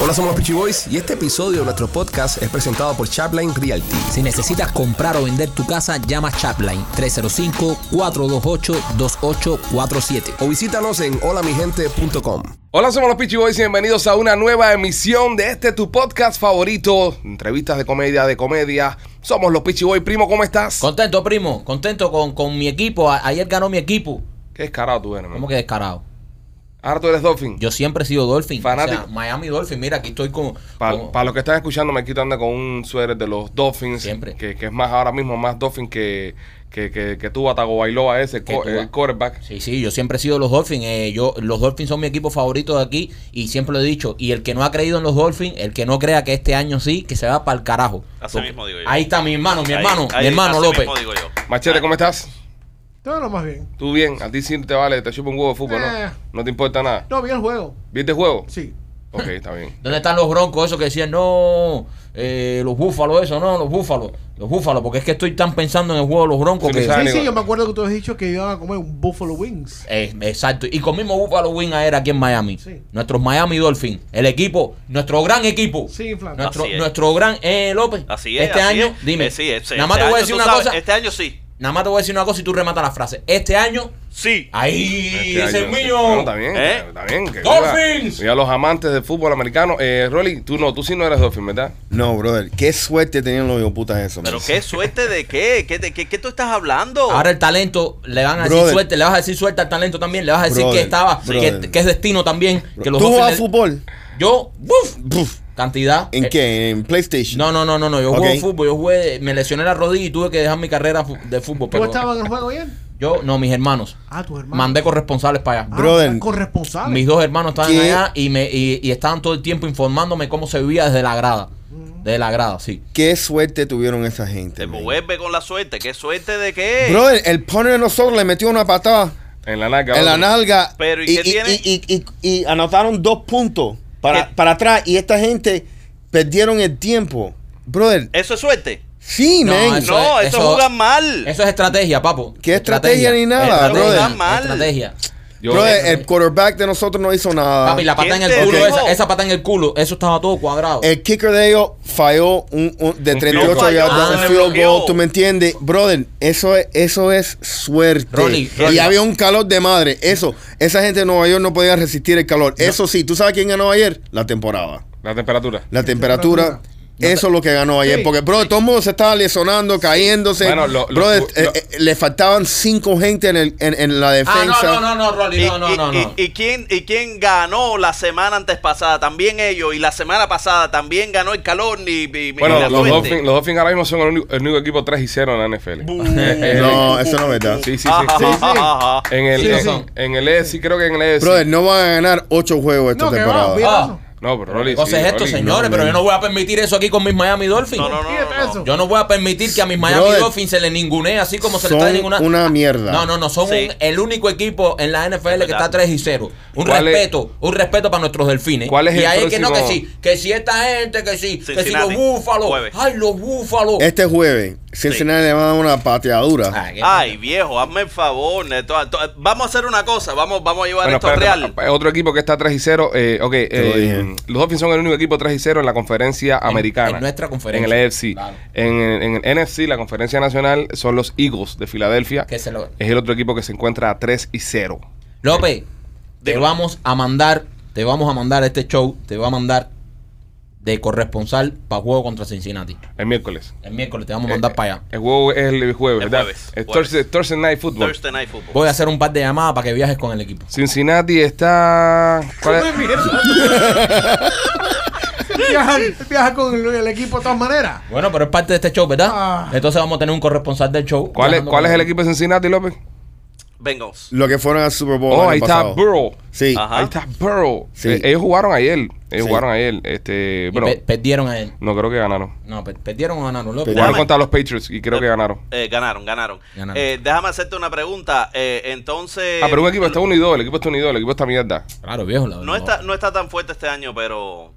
Hola, somos los Peachy Boys y este episodio de nuestro podcast es presentado por Chapline Realty. Si necesitas comprar o vender tu casa, llama Chapline 305-428-2847. O visítanos en holamigente.com. Hola, somos los Peachy Boys y bienvenidos a una nueva emisión de este tu podcast favorito. Entrevistas de comedia, de comedia. Somos los Peachy Boys. Primo, ¿cómo estás? Contento, primo, contento con, con mi equipo. A- Ayer ganó mi equipo. Qué descarado tú eres, man. ¿Cómo que descarado? Ahora Ah, tú eres Dolphin. Yo siempre he sido Dolphin. Fanático. O sea, Miami Dolphin. Mira, aquí estoy como. Para como- los que están escuchando, me anda con un suéter de los Dolphins. Siempre. Que, que es más ahora mismo más Dolphin que, que, que, que tú, Atago Bailoa, ese, Que ah. co- Tua. el quarterback. Sí, sí, yo siempre he sido los Dolphins. eh, yo, los Dolphins son mi equipo favorito de aquí y siempre lo he dicho. Y el que no ha creído en los Dolphins, el que no crea que este año sí, que se va para el carajo. Así Porque- mismo digo yo. Ahí está mi hermano, mi Ahí- hermano, ahí, mi hermano así López. mismo digo yo. Ah. Machete, ¿cómo estás? Todo lo más bien. ¿Tú bien? A ti sí te vale, te chupa un huevo de fútbol, Eh. ¿no? No te importa nada. No, vi el juego. ¿Viste el juego? Sí. Ok, está bien. ¿Dónde están los broncos esos que decían, no, eh, los búfalos, eso, no, los búfalos, los búfalos, porque es que estoy tan pensando en el juego de los broncos Sí, que... lo sabe. Sí, Amigo. sí, yo me acuerdo que tú has dicho que iban a comer un Buffalo Wings. Eh, exacto, y comimos Buffalo Wing ayer aquí en Miami. Sí. Nuestros Miami Dolphins, el equipo, nuestro gran equipo. Sí, Flan. Nuestro, Así es. nuestro gran eh, López. Así es. Este así año, es. dime. Eh, sí, es- nada más este te voy a año, decir tú una sabes, cosa. Este año sí. Nada más te voy a decir una cosa y tú rematas la frase. Este año. Sí. ¡Ahí! ¡Ese Este año- es Bueno, mío! está bien, ¿Eh? está bien. que Dolphins. viva- viva los amantes del fútbol americano. Eh, Rolly, tú no, tú sí no eres Dolphin, ¿verdad? No, brother, qué suerte tenían los putas eso. Pero man. qué suerte de qué. ¿Qué, de qué, qué tú estás hablando? Ahora el talento, le van a decir Brother. suerte, le vas a decir suerte al talento también, le vas a decir Brother, que estaba, que, brother. que es destino también. Que los ¿Tú dos jugabas finales- fútbol? Yo, ¡buf! Puf. Cantidad. ¿En Eh, qué? ¿En PlayStation? No, no, no, no, no. Yo jugué Ok. fútbol, yo jugué, me lesioné la rodilla y tuve que dejar mi carrera fu- de fútbol. ¿Tú Pero estabas en el juego ayer? yo, no, mis hermanos. Ah, tus hermanos. Mandé corresponsales para allá. Ah, Brother. Corresponsal. Mis dos hermanos estaban ¿Qué? allá y me y, y estaban todo el tiempo informándome cómo se vivía desde la grada. Mm. Desde la grada, sí. ¿Qué suerte tuvieron esa gente? Te man? vuelve con la suerte. ¿Qué suerte de qué? Brother, el partner de nosotros le metió una patada En la nalga. en la otro. nalga Pero, ¿y y, qué tiene? y- y- y- y anotaron dos puntos para, ¿Qué? para atrás y esta gente perdieron el tiempo. Brother, ¿Eso es suerte? sí, No, man. eso- no, es- eso, eso- juega mal. Eso es estrategia, papo. ¿Qué estrategia ni nada, Estrategia, brother? Está mal. Estrategia. Yo- brother, el quarterback de nosotros no hizo nada. Papi, la pata en ¿Quién el te culo, dijo? esa, esa pata en el culo, eso estaba todo cuadrado. El kicker de ellos falló un, un- de Un 38 field goal. Ah, yardas, un se field bloqueó. goal, ¿tú me entiendes? Brother, eso es, eso es suerte. Rolly, Rolly. Y había un calor de madre. Eso, esa gente de Nueva York no podía resistir el calor. Eso sí, ¿tú sabes quién ganó ayer? La temporada. La temperatura. La temperatura. Eso es lo que ganó ayer. Sí. Porque, brother, todo el mundo se estaba lesionando, cayéndose. Bueno, lo- lo- brother, lo- eh, eh, le faltaban cinco gente en, el, en, en la defensa. ah, no, no, no, no, Rolly, Y, no, no, y- no. no. y- y quién, ¿Y quién ganó la semana antes pasada? También ellos. Y la semana pasada también ganó el calor ni, y- y Bueno, la los suerte. Dolphins, los Dolphins ahora mismo son el único, el único equipo 3 y 0 en la NFL. No, eso no es verdad. Eh, Sí, sí, sí. Ajá, sí. ajá, ajá. En el, Sí, en, sí. en el ES, sí, creo que en el ES. Brother, no van a ganar ocho juegos esta No, que temporada. va, mira eso. No, pero Rolly. Entonces sí, esto, Rolly, señores, no, pero yo man. no voy a permitir eso aquí con mis Miami Dolphins. No, no, no, no, Fíjate no. eso. Yo no voy a permitir que a mis Miami Brother. Dolphins se les ningunee así como se les está Son ninguna. una mierda. No, no, no, son Sí. un- el único equipo en la NFL que verdad. está 3 y 0. Un ¿Cuál es- respeto, un respeto para nuestros delfines. ¿Cuál es y el ahí que no, que próximo? sí, que si esta gente, que sí, que si los Cincinnati, búfalos. jueves. Ay, los búfalos. Ah, Este jueves, Cincinnati le van a dar una pateadura. Ay, qué- Ay, viejo, hazme el favor. Neto. To- Vamos a hacer una cosa. Vamos, vamos a llevar Bueno, esto espérate, real. pa- otro equipo que está 3 y 0. eh, ok, Te lo eh, dije. los Dolphins son el único equipo 3 y 0 en la conferencia americana. en nuestra conferencia. En el AFC. Claro. En, el- en el NFC, la conferencia nacional, son los Eagles de Filadelfia. Que se lo- Es el otro equipo que se encuentra a 3 y 0. López, te Dime. vamos a mandar, te vamos a mandar este show, te va a mandar de corresponsal para juego contra Cincinnati. El miércoles. El miércoles te vamos a Eh, mandar para allá. El juego es el jueves, El ¿verdad? jueves, Es jueves. Thursday, Thursday Night Football. Thursday Night Football. Voy a hacer un par de llamadas para que viajes con el equipo. Cincinnati está. ¿cuál es? Viaja, viaja con el, el equipo de todas maneras. Bueno, pero es parte de este show, ¿verdad? Ah. Entonces vamos a tener un corresponsal del show. ¿Cuál es, viajando cuál con es el equipo de Cincinnati, López? Bengals. Lo que fueron al Super Bowl. Oh, el ahí año está pasado. Burrow. Sí. Ajá. Ahí está Burrow. Sí. Eh, ellos jugaron ayer. Ellos Sí. jugaron ayer. Este, Y bueno, pe- perdieron a él. no creo que ganaron. No, pe- perdieron o ganaron. López. Perdieron. Jugaron Déjame- contra los Patriots y creo que ganaron. Eh, ganaron, ganaron. Ganaron. Eh, déjame hacerte una pregunta. Eh, entonces. Ah, pero un equipo está uno y dos El equipo está uno y dos El equipo está mierda. Claro, viejo. la- No está, no está tan fuerte este año, pero.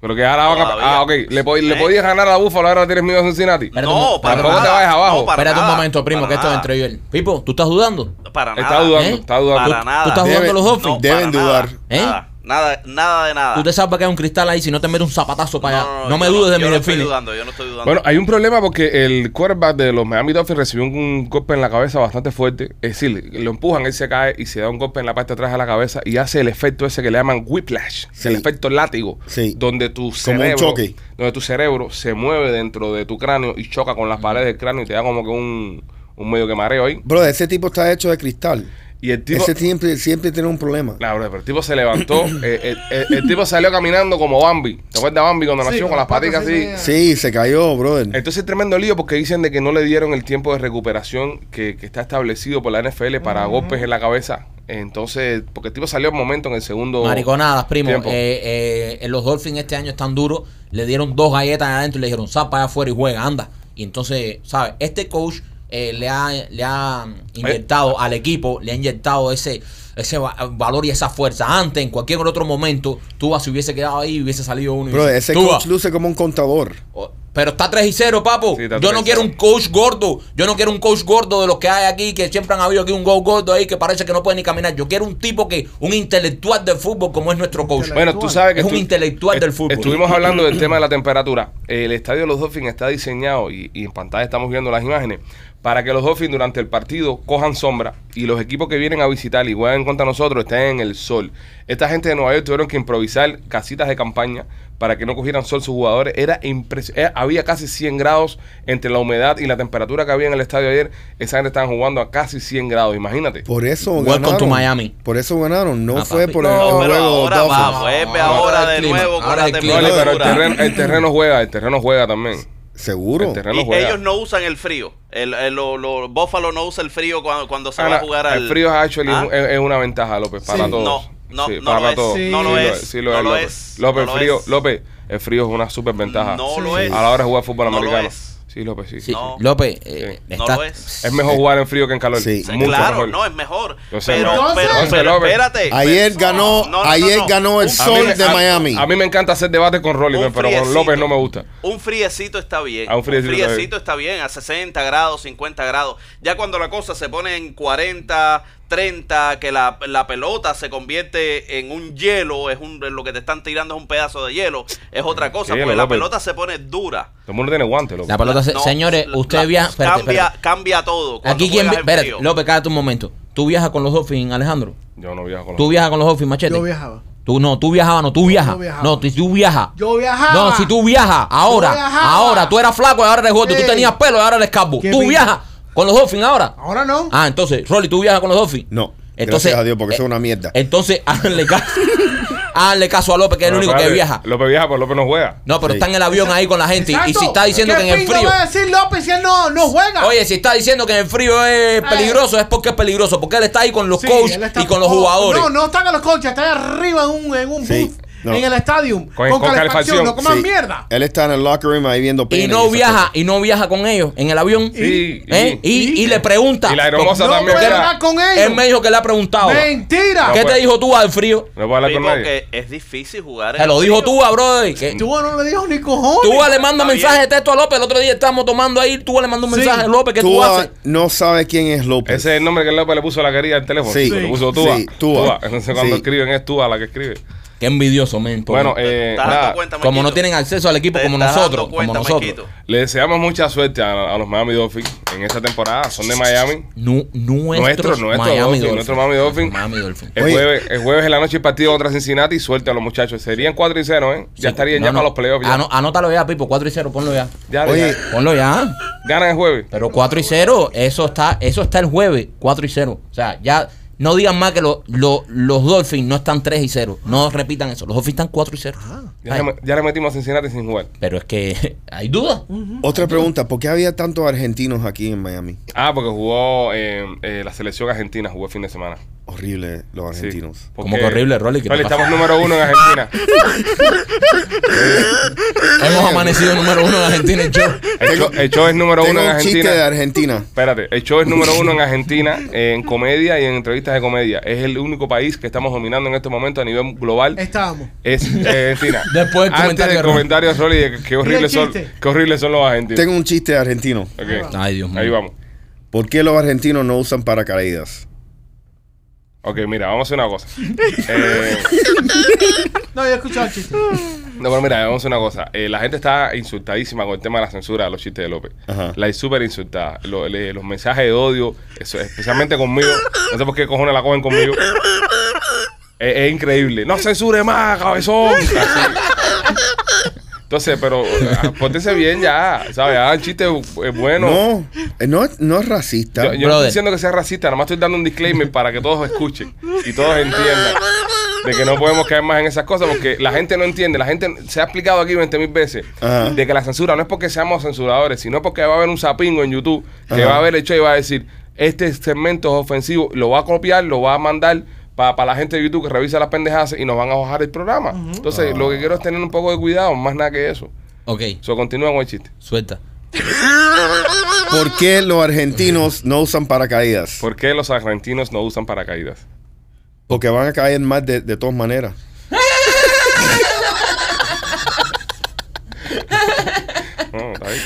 Pero que ahora van a- Todavía. Ah, ok. Le, po- le ¿Eh? podías ganar a Buffalo. Ahora tienes miedo a Cincinnati. Espérate no, un- para tampoco nada. te vayas abajo. No, para Espérate un nada, momento, primo, para que esto es nada, entre yo y él. Pipo, ¿tú estás dudando? Para nada. Está dudando. ¿Eh? Está dudando. Para nada. estás jugando Debe- los Dolphins? No, Deben para nada, dudar. ¿Eh? nada. Nada, nada de nada. Tú te sabes que hay un cristal ahí si no te metes un zapatazo para allá. No, me Ah. yo dudes de yo mi no estoy delfín. dudando, yo no estoy dudando. Bueno, hay un problema porque el quarterback de los Miami Dolphins recibió un golpe en la cabeza bastante fuerte. Es decir, lo empujan, él se cae y se da un golpe en la parte de atrás de la cabeza y hace el efecto ese que le llaman whiplash, Sí. el efecto látigo, Sí. donde tu Como un cerebro, choque. donde tu cerebro se mueve dentro de tu cráneo y choca con las paredes del cráneo y te da como que un, un medio que mareo ahí. Bro, ese tipo está hecho de cristal. Y el tipo, ese siempre, siempre tiene un problema. Nah, bro, pero el tipo se levantó, eh, el, el- el tipo salió caminando como Bambi. ¿Te acuerdas de Bambi cuando Sí, nació con con las las patas paticas así? así, Sí, se cayó, brother. Entonces tremendo lío porque dicen de que no le dieron el tiempo de recuperación que, que está establecido por la NFL para golpes en la cabeza. Entonces, porque el tipo salió al momento en el segundo. Mariconadas, primo. Eh, tiempo. eh, eh, los Dolphins este año están duros. Le dieron dos galletas adentro y le dijeron, zapa allá afuera y juega, anda. Y entonces, ¿sabes? Este coach eh, le, ha, le ha inyectado al equipo, le ha inyectado ese ese va- valor y esa fuerza. Antes, en cualquier otro momento, Tuba se hubiese quedado ahí y hubiese salido uno. y Bro, dice, ese "Tua, coach luce como un contador. O- Pero está 3 y 0, papo. Sí, está yo 3 no y quiero 0. un coach gordo. Yo no quiero un coach gordo de los que hay aquí, que siempre han habido aquí un go gordo ahí que parece que no puede ni caminar. Yo quiero un tipo que, un intelectual del fútbol como es nuestro coach. Bueno, tú sabes que Es un estu- intelectual del fútbol. Estuvimos hablando del tema de la temperatura. El estadio de los Dolphins está diseñado y, y en pantalla estamos viendo las imágenes para que los Dolphins durante el partido cojan sombra y los equipos que vienen a visitar y juegan contra nosotros estén en el sol. Esta gente de Nueva York tuvieron que improvisar casitas de campaña para que no cogieran sol sus jugadores. Era impres- eh, había casi 100 grados entre la humedad y la temperatura que había en el estadio ayer. Esa gente estaban jugando a casi 100 grados, imagínate. Por eso Welcome ganaron. to Miami. Por eso ganaron. No Ah, fue papi. por el No, juego pero ahora Dolphins. va, vuelve No, ahora ahora de el clima, nuevo con ahora la el clima. No, pero el temperatura. terreno, el terreno juega, el terreno juega también. El Seguro. Este terreno Y juega. ellos no usan el frío. El, el- lo- lo- Buffalo no usa el frío cuando, cuando se va Ana, a jugar Ah, el al. frío es, actually ¿Ah? un- es, es una ventaja, López, para Sí. todos. No, no, no para lo es. todos. Sí. No lo lo es, sí lo no es, lo López. es, López, no lo frío, es. López, el frío es una súper ventaja. No lo Sí. es. A la hora de jugar fútbol No lo americano. es. Sí, López, sí. Sí, No. López, eh, Sí. No está- lo es. Es mejor jugar en frío que en calor. Sí. Sí, Mucho claro, mejor. no, es mejor. Yo sé, pero, López. pero, Entonces, pero López. espérate. Ayer Pero- ganó, No, no, no, ayer no. ganó el Un- A mí sol me- de a- Miami. A mí me encanta hacer debate con Rolly, un pero con friecito. López no me gusta. Un friecito está bien. Ah, un friecito un está friecito está bien. a 60 grados, 50 grados. Ya cuando la cosa se pone en 40, 30, que la, la pelota se convierte en un hielo, es un lo que te están tirando es un pedazo de hielo, es otra cosa, Mm, Qué hielo, porque la López. pelota se pone dura. Todo el mundo tiene guantes, López. La pelota, se- No, señores, la- usted la- viaja. espérate, cambia, espérate. cambia todo. cuando Aquí quien. juegas en Espérate, frío. López, cállate un momento. Tú viajas con los Dolphins, Alejandro. Yo no viajo con Tú los viajas con los Dolphins, machete. Yo viajaba. Tú no, tú viajabas, no, tú viajas. viajaba. No, tú, tú viajas. Yo viajaba. No, si tú viajas, ahora, Yo viajaba. ahora, tú eras flaco y ahora eres gordo, tú Ey. tenías pelo y ahora eres calvo. Qué Tú pinta. viajas con los Dolphins ahora. Ahora no. Ah, entonces, Rolly, tú viajas con los Dolphins. No, gracias a Dios, porque eso es una mierda. eh, Entonces, háganle caso, háganle caso a López, que es el único que Espérate, viaja. López viaja, pero López no juega. No, pero Sí. está en el avión ahí con la gente. y- Y, si Exacto. está diciendo que ¿Qué en el pinga frío. va a decir López si él no, no juega? Oye, si está diciendo que en el frío es peligroso, es porque es peligroso. Porque él está ahí con los Eh. Sí, coaches él está- y con los oh, jugadores. No, no están con los coaches, están arriba en un, en un Sí, booth, no. en el estadio. Con- Con, con calefacción. calefacción, no coman Sí. mierda. Él está en el locker room ahí viendo Y penes no esas viaja, cosas. y no viaja con ellos en el avión. Sí, ¿Eh? y- Y, y le pregunta. Pues, Y la hermosa No también. puede mira, hablar con ellos. Él me dijo que le ha preguntado. Mentira. No, ¿Qué pues. te dijo tú al frío? No puedo hablar con Digo nadie. que es difícil jugar. Te en lo el dijo frío. tú, ah, brother. Que Tú no le dijo ni cojones. tú le manda Está mensaje bien. de texto a López. El otro día estábamos tomando ahí. Tú le mandó un Sí. mensaje a López. ¿Qué tú, Tua haces? no sabe quién es López. Ese es el nombre que López le puso a la querida del teléfono. Sí. Le Sí. puso Tua. Sí, Tua. Entonces cuando Sí. escriben es Tua la que escribe. Qué envidioso, men. porque Bueno, eh, ¿Te estás nada, dando cuenta, como no Marquito? tienen acceso al equipo Te como estás nosotros. dando cuenta, como nosotros. Marquito. Le deseamos mucha suerte a, a los Miami Dolphins en esta temporada. Son de Miami. Nu- Nuestro, nuestros nuestro Miami Dolphins, Dolphins. nuestro Miami Dolphins. Miami Dolphins. El Oye. jueves, el jueves en la noche el partido contra Cincinnati. Suerte a los muchachos. Serían 4 y 0, ¿eh? Ya Sí, estarían no, ya no. para los playoffs. Ya, Ano- anótalo ya, Pipo. 4 y 0. Ponlo ya. ya, Oye. ya. Ponlo ya. ganan el jueves. Pero 4 y 0, eso está, eso está el jueves, 4 y 0. O sea, ya no digan más que lo- lo- los Dolphins no están 3 y 0. No repitan eso. Los Dolphins están 4 y 0. Ya, le, ya le metimos a Cincinnati sin jugar. Pero es que hay dudas. Otra pregunta, ¿por qué había tantos argentinos aquí en Miami? Ah, porque jugó eh, eh, la selección argentina, jugó el fin de semana. Horrible los Sí. argentinos. Porque- Como que horrible, Rolly, ¿qué te pasa? estamos número uno en Argentina. Hemos amanecido número uno en Argentina. en show. El show, el show es número Tengo uno en un chiste de Argentina. Argentina. Espérate, el show es número uno en Argentina eh, en comedia y en entrevistas de comedia. Es el único país que estamos dominando en este momento a nivel global. Estábamos. Es eh, Argentina. Después del Antes comentario del de Rolly. comentario de Rolly, de que, que horribles son, chiste. que horribles son los argentinos. Tengo un chiste de argentino. Ok, Ahí va. Ay, Dios mío. Ahí vamos. ¿Por qué los argentinos no usan paracaídas? Ok, mira, vamos a hacer una cosa. Eh, No, yo he escuchado el chiste. no, pero mira, vamos a hacer una cosa. Eh, la gente está insultadísima con el tema de la censura de los chistes de López. Ajá. La es súper insultada. Lo- le- los mensajes de odio, eso, especialmente conmigo. No sé por qué cojones la cogen conmigo. Es, es increíble. ¡No censure más, cabezón! Así. Entonces, pero eh, pórtense bien ya, ¿sabes? Hagan chistes eh, buenos. No, eh, no, es- no es racista. Yo, yo no estoy Brother. diciendo que sea racista, nada más estoy dando un disclaimer para que todos escuchen y todos entiendan de que no podemos caer más en esas cosas porque la gente no entiende. La gente se ha explicado aquí 20 mil veces Ajá. de que la censura no es porque seamos censuradores, sino porque va a haber un sapingo en YouTube que Ajá. va a ver hecho y va a decir: Este segmento es ofensivo, lo va a copiar, lo va a mandar. Para la gente de YouTube que revisa las pendejadas y nos van a bajar el programa. Entonces, lo que quiero es tener un poco de cuidado, más nada que eso. Ok, Eso continúa con el chiste. suelta. ¿Por qué los argentinos no usan paracaídas? ¿Por qué los argentinos no usan paracaídas? Porque van a caer más de, de todas maneras. No, está bien.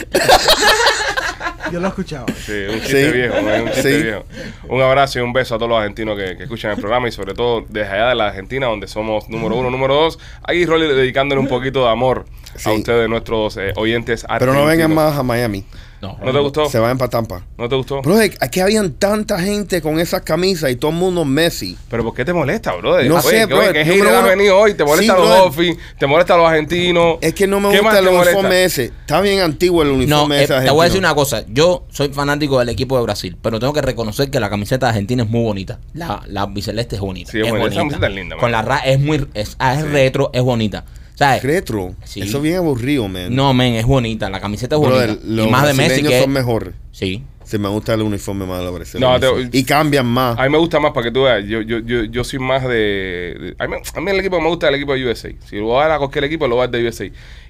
Yo lo he escuchado. Sí, un chiste Sí. viejo, ¿no? un chiste Sí. viejo. Un abrazo y un beso a todos los argentinos que, que escuchan el programa y sobre todo desde allá de la Argentina, donde somos número uno, número dos. Aquí Rolly dedicándole un poquito de amor Sí. a ustedes, nuestros eh, oyentes Pero argentinos. no vengan más a Miami. No, ¿No te gustó? Se van para Tampa. ¿No te gustó? Bro, aquí habían tanta gente con esas camisas y todo el mundo Messi. ¿Pero por qué te molesta, brother? No Oye, sé, ¿qué- brother. ¿Qué Número gira has uno- venido hoy? ¿Te molesta Sí, los brother. Dolphins? ¿Te molesta los argentinos? Es que no me ¿Qué más gusta el te molesta? uniforme ese. Está bien antiguo el No, uniforme eh, te voy ese. a decir argentino. una cosa. Yo soy fanático del equipo de Brasil, pero tengo que reconocer que la camiseta de Argentina es muy bonita. La, la biceleste es bonita. Sí, es bonita. Esa camiseta es linda, Con la ra es muy es, ah, es retro, es bonita. ¿Sabes? Retro. Sí. Eso es bien aburrido, man. No, men, es bonita. La camiseta es Brother, bonita. los Oh, Y más de Messi brasileños que son mejores. Sí. Si me gusta el uniforme más de los No, brasileños. te- y cambian más. A mí me gusta más para que tú veas. Yo, yo, yo, yo soy más de. de- a, mí, a mí el equipo que me gusta es el equipo de USA. Si lo voy a dar a cualquier equipo, lo voy a dar de USA.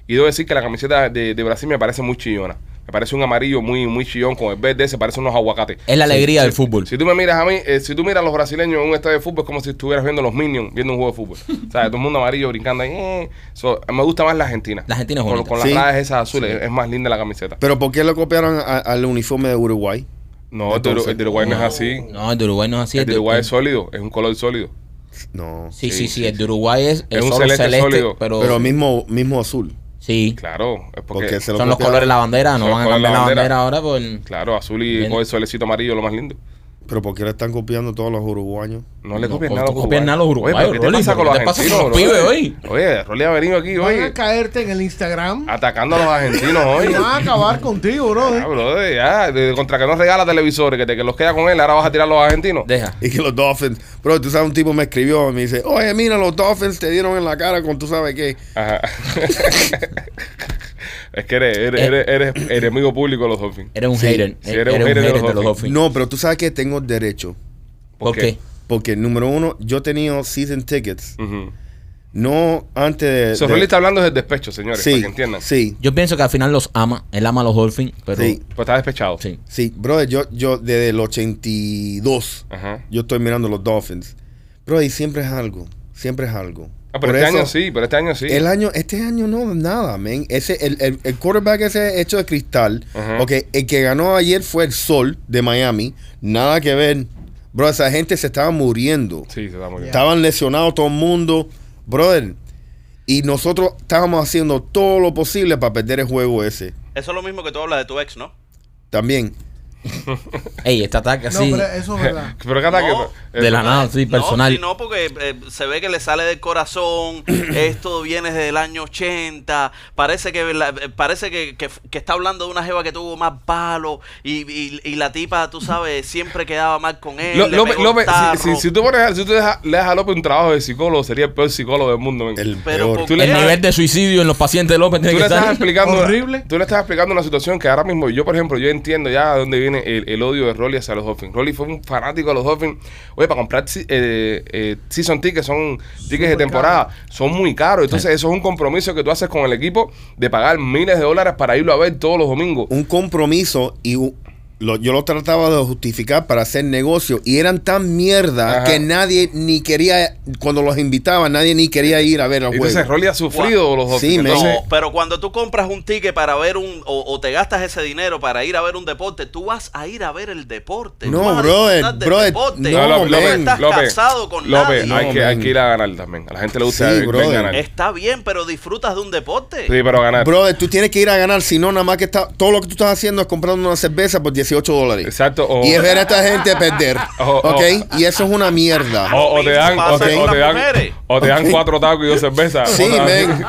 Y debo decir que la camiseta de, de Brasil me parece muy chillona. Me parece un amarillo muy, muy chillón con el verde, se parece unos aguacates. Es la alegría del fútbol. Si tú me miras a mí, eh, si tú miras a los brasileños en un estadio de fútbol, es como si estuvieras viendo los Minions, viendo un juego de fútbol. o sea, todo el mundo amarillo brincando ahí. eh. So, me gusta más la Argentina. La Argentina es Con, bonita. con las Sí. rayas esas azules, es más linda la camiseta. Pero ¿por qué lo copiaron a- al uniforme de Uruguay? No, el de Uru- el de Uruguay no es así. No, el de Uruguay no es así. El de Uruguay es el- sólido, es un color sólido. No. Sí, sí, Sí, sí, sí. El de Uruguay es, Es un solo celeste celeste, sólido. pero, Pero mismo, mismo azul. sí. Claro, es porque, Porque se lo Son los copiaron. colores de la bandera. Son No los van a colores de cambiar la la bandera bandera. ahora por. el- Claro, azul y Bien. con el solecito amarillo, lo más lindo. Pero ¿por qué le están copiando todos los uruguaños? No le No, copies no nada a los copies nada a los Oye, uruguayos, ¿pero ¿qué te Rolly? pasa con los ¿Qué te pasa con argentinos, los brother? pibes hoy? Oye, Rolly ha venido aquí Van hoy a caerte en el Instagram. Ah, atacando a los argentinos hoy. Y van a acabar contigo, Ah, brother. brother, ya, de- contra que no regala televisores, que te que los queda con él, ahora vas a tirar a los argentinos. Deja. Y que los Dolphins. Bro, tú sabes, un tipo me escribió y me dice: Oye, mira, los Dolphins te dieron en la cara con tú sabes qué. Ajá. es que eres, eres, Eh. eres, eres enemigo público de los Dolphins. Eres un Sí, hater. sí, eres, un hater de los, Dolphins. No, pero tú sabes que tengo derecho. ¿Por qué? Porque, número uno, yo he tenido season tickets. Ujú. No antes de. So, de- Rolly está hablando desde el despecho, señores, para Sí, que entiendan. sí, Yo pienso que al final los ama. Él ama a los Dolphins, pero. Sí. Sí. Pues está despechado. sí. Brother, yo, yo desde el 82, Ajá. yo estoy mirando los Dolphins. Bro, y siempre es algo. Siempre es algo. Ah, pero Por este eso, año sí, pero este año sí. El año, este año no, nada, men. Ese, el, el, el quarterback ese hecho de cristal. Ajá. Ok, el que ganó ayer fue el Sol de Miami. Nada que ver. Bro, esa gente se estaba muriendo. Sí, se está muy bien. Estaban lesionados todo el mundo. Brother. Y nosotros estábamos haciendo todo lo posible para perder el juego ese. Eso es lo mismo que tú hablas de tu ex, ¿no? También. Ey, este ataque No, así. pero eso es verdad. Pero que ataque. No, eh, de la nada, sí, No, personal. sí, no, porque eh, se ve que le sale del corazón. Esto viene desde el año 80. Parece que la- eh, parece que, que- que está hablando de una jeva que tuvo más palo. Y, y- y la tipa, tú sabes, siempre quedaba mal con él. Lo- le López, pegó un López, si- tarro. si, si tú, pones, si tú dejas- le das a López un trabajo de psicólogo, sería el peor psicólogo del mundo. men. El Pero peor. ¿por Tú El le estás- nivel de suicidio en los pacientes de López tú tiene le que estás estar. explicando Horrible. tú le estás explicando una situación que ahora mismo yo por ejemplo yo entiendo ya de dónde viene el, el odio de Rolly hacia los Dolphins Rolly fue un fanático de los Dolphins oye para comprar si- eh, eh, season tickets son tickets de temporada son muy caros entonces eso es un compromiso que tú haces con el equipo de pagar miles de dólares para irlo a ver todos los domingos Un compromiso y u- lo- yo lo trataba de justificar para hacer negocio y eran tan mierda Ajá. que nadie ni quería, cuando los invitaba, nadie ni quería ir a ver los juegos. Entonces, Rolly ha sufrido los Sí, Dolphins. me- Entonces, No. Pero cuando tú compras un ticket para ver un, o, o te gastas ese dinero para ir a ver un deporte, tú vas a ir a ver el deporte. No, tú vas a brother, disfrutar del brother, deporte. no, López, men. tú no estás López, casado con López, nadie. No, hay, que, hay men. que ir a ganar también. A la gente le gusta Sí, ver- ver brother. ganar. Sí, Está bien, pero disfrutas de un deporte. pero ganar. Brother, tú tienes que ir a ganar, si no, nada más que está, todo lo que tú estás haciendo es comprando una cerveza por 18 dólares. Exacto. O, Y es ver a esta gente perder. Oh, oh. ¿Ok? Y eso es una mierda. o- o te dan, o te, Ok. o te dan, Mujeres. o te dan cuatro tacos y dos cervezas. Sí, Cosas así. men.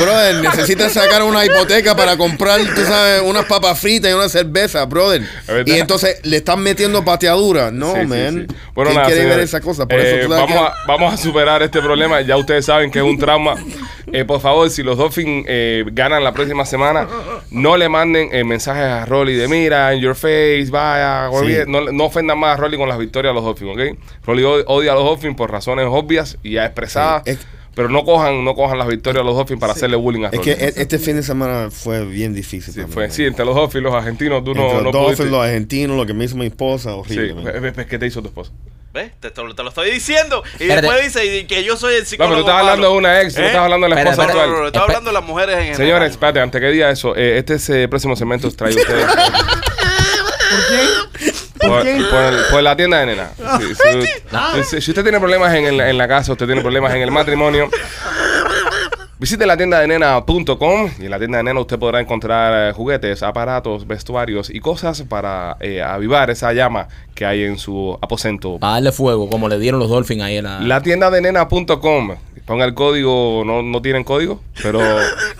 Brother, necesitas sacar una hipoteca para comprar, tú sabes, unas papas fritas y una cerveza, brother. verdad. Y entonces le están metiendo pateadura. No, Sí, sí, man. sí. Bueno, ¿Quién nada, quiere ver señores. esa cosa? Por Eh, eso tú sabes vamos, que- a, vamos a superar este problema. Ya ustedes saben que es un trauma. Eh, por favor, si los Dolphins eh, ganan la próxima semana, no le manden eh, mensajes a Rolly de mira, in your face, vaya, Sí. no, le- no ofendan más a Rolly con las victorias de los Dolphins, ¿ok? Rolly od- odia a los Dolphins por razones obvias y ya expresadas. Sí, es- Pero no cojan, no cojan las victorias de los Dolphins para hacerle bullying a Es Rolly. que e- este fin de semana fue bien difícil. Sí, para mí, fue, man. sí, entre los Dolphins y los argentinos, tú Entre no, los no Dolphins, pudiste- los argentinos, lo que me hizo mi esposa, Sí, horrible. man. es- es que te hizo tu esposa. ¿Ves? Te, te lo, te lo estoy diciendo. Y Espérate. después dice y que yo soy el No, psicólogo. pero tú estás hablando malo. de una ex, tú ¿Eh? no estás hablando de la Espera, esposa No, no, actual. no, no, estás Espe- hablando de las mujeres en general. Señores, espérate, antes que diga eso, eh, este es, eh, próximo segmento trae ustedes ¿Por quién? por, ¿Por quién? por el- por la tienda de nena. Sí, sí. Ah. Si, si usted tiene problemas en, el- en la casa, usted tiene problemas en el matrimonio. Visite la tienda de nena.com y en la tienda de nena usted podrá encontrar eh, juguetes, aparatos, vestuarios y cosas para eh, avivar esa llama que hay en su aposento. Para darle fuego, como le dieron los Dolphins ayer a Ah. La tienda de nena.com. Ponga el código, no, no tienen código, pero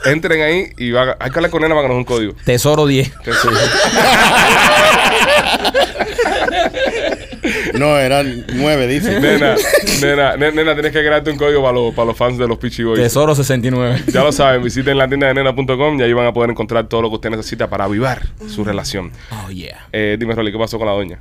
entren ahí y van, a- hay que hablar con nena para que nos dé un código. Tesoro 10. Que sí. No, eran nueve, dice. Nena, nena, ne- nena, tienes que crearte un código para los, para los fans de los Peachy Boys. Tesoro 69. Ya lo saben, visiten la tienda de nena.com y ahí van a poder encontrar todo lo que usted necesita para avivar su Mm. relación. Oh, yeah. Eh, dime, Rolly, ¿qué pasó con la doña?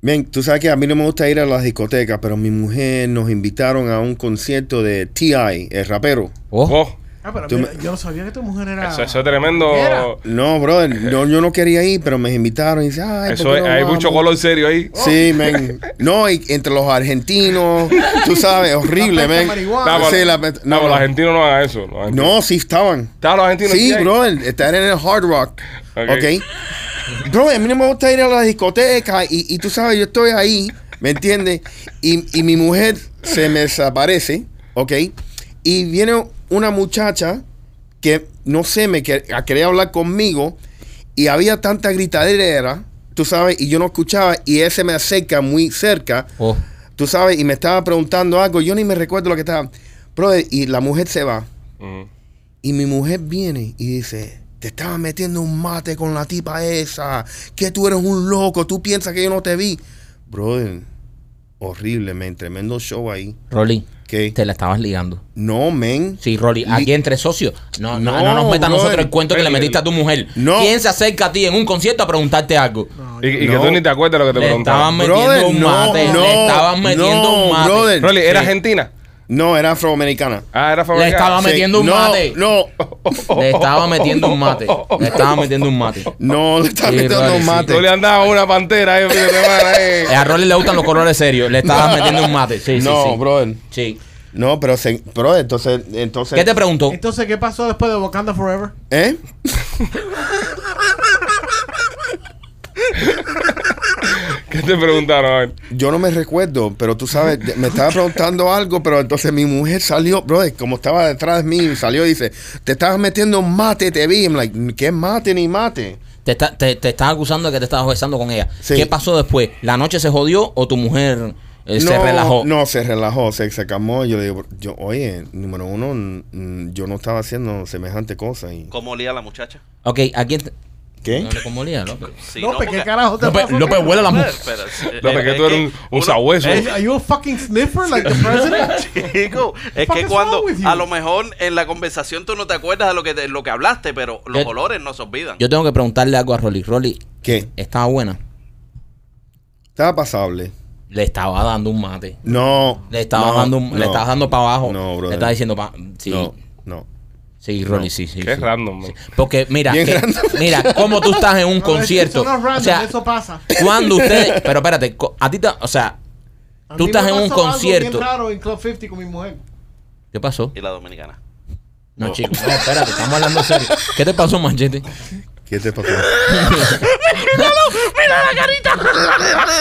Men, tú sabes que a mí no me gusta ir a las discotecas, pero mi mujer nos invitaron a un concierto de T.I., el rapero. Oh, Oh, Ah, Tú pero mira, me- yo no sabía que tu mujer era. eso, eso es tremendo. Era. No, brother, no, yo no quería ir, pero me invitaron y dice, ay, ¿por Eso qué es- no hay vamos?" mucho color serio ahí. Sí, men. No, y entre los argentinos, tú sabes, La horrible, peste men. marihuana. No, Sí, pero- la peste- No, no, pero los no. argentinos no hagan eso. los argentinos. No, sí estaban. Estaban los argentinos. Sí, ahí. bro, estar en el hard rock. Ok. Ok. Bro, a mí no me gusta ir a la discoteca y, y tú sabes, yo estoy ahí, ¿me entiendes? Y, y mi mujer se me desaparece, ¿ok? Y viene una muchacha que, no sé, me que- quería hablar conmigo y había tanta gritadera, tú sabes, y yo no escuchaba y él se me acerca muy cerca oh. tú sabes, y me estaba preguntando algo, yo ni me recuerdo lo que estaba. Brother, y la mujer se va. Ujú. Y mi mujer viene y dice, te estaba metiendo un mate con la tipa esa, que tú eres un loco, tú piensas que yo no te vi. Brother, horrible, men, tremendo show ahí. Rolly, ¿Qué? te la estabas ligando. No, men. Sí, Rolly, Li- aquí entre socios. No, no, No, no nos meta a nosotros brother. el cuento que le metiste a tu mujer. No. ¿Quién se acerca a ti en un concierto a preguntarte algo? Y, y que No. tú ni te acuerdas lo que te Le estaban preguntaban. metiendo un mate. le estaban metiendo no, un mate. brother. Rolly, ¿era Sí. argentina? No, era afroamericana. Ah, era Le favorita. estaban Sí, metiendo un no, mate. No, Le estaba metiendo un mate. Le estaba metiendo un mate. no, le estaba Sí, metiendo brother, un sí. mate. Tú le andabas una pantera ahí, fin de semana, eh. Eh, A Rolly le gustan los colores serios. Le estabas metiendo un mate. Sí, sí, no, sí. brother. Sí. No, pero, se, bro, entonces, entonces... ¿Qué te preguntó? Entonces, ¿qué pasó después de Wakanda Forever? ¿Eh? ¿Qué te preguntaron? A ver. Yo no me recuerdo, pero tú sabes, de- me estaba preguntando algo, pero entonces mi mujer salió, brother, como estaba detrás de mí, salió y dice, te estabas metiendo un mate, te vi. I'm like, ¿qué mate ni mate? Te, está, te, te estás acusando de que te estabas besando con ella. Sí. ¿Qué pasó después? ¿La noche se jodió o tu mujer eh, se No, relajó? No, se relajó, se, se calmó. Yo le digo, yo, oye, número uno, mm, yo no estaba haciendo semejante cosa. Y, ¿Cómo olía la muchacha? Ok, aquí. ent- ¿Qué? No le comolía, ¿no? Sí, López, no, pues, ¿qué porque- carajo te López- pasó? López, huele la mu- Pero, eh, López, eh, que es tú eres un- un uno- sabueso. Eh, ¿Are you a fucking sniffer like the president? Chico, es fuck que is cuando wrong with you? a lo mejor en la conversación tú no te acuerdas de lo que de lo que hablaste, pero los Yo- olores no se olvidan. Yo tengo que preguntarle algo a Rolly. Rolly, ¿Qué? ¿estaba buena? Estaba pasable. Le estaba dando un mate. No. Le estabas no, dando, un- le no. estabas dando para abajo. No, brother. Le estabas diciendo pa- sí. No, no. Sí, Rolly, sí, sí. Qué sí. random, man. Sí. Porque mira, Bien que- random. mira, como tú estás en un concierto. Eso no es random, o sea, eso pasa. cuando ustedes. Pero espérate, co- a ti te. O sea, A tú mí estás me en un pasó algo concierto. Bien raro en Club 50 con mi mujer. ¿Qué pasó? Y la dominicana. No, chico, no, espérate, estamos hablando en serio. ¿Qué te pasó, Manchete? ¿Qué te pasó?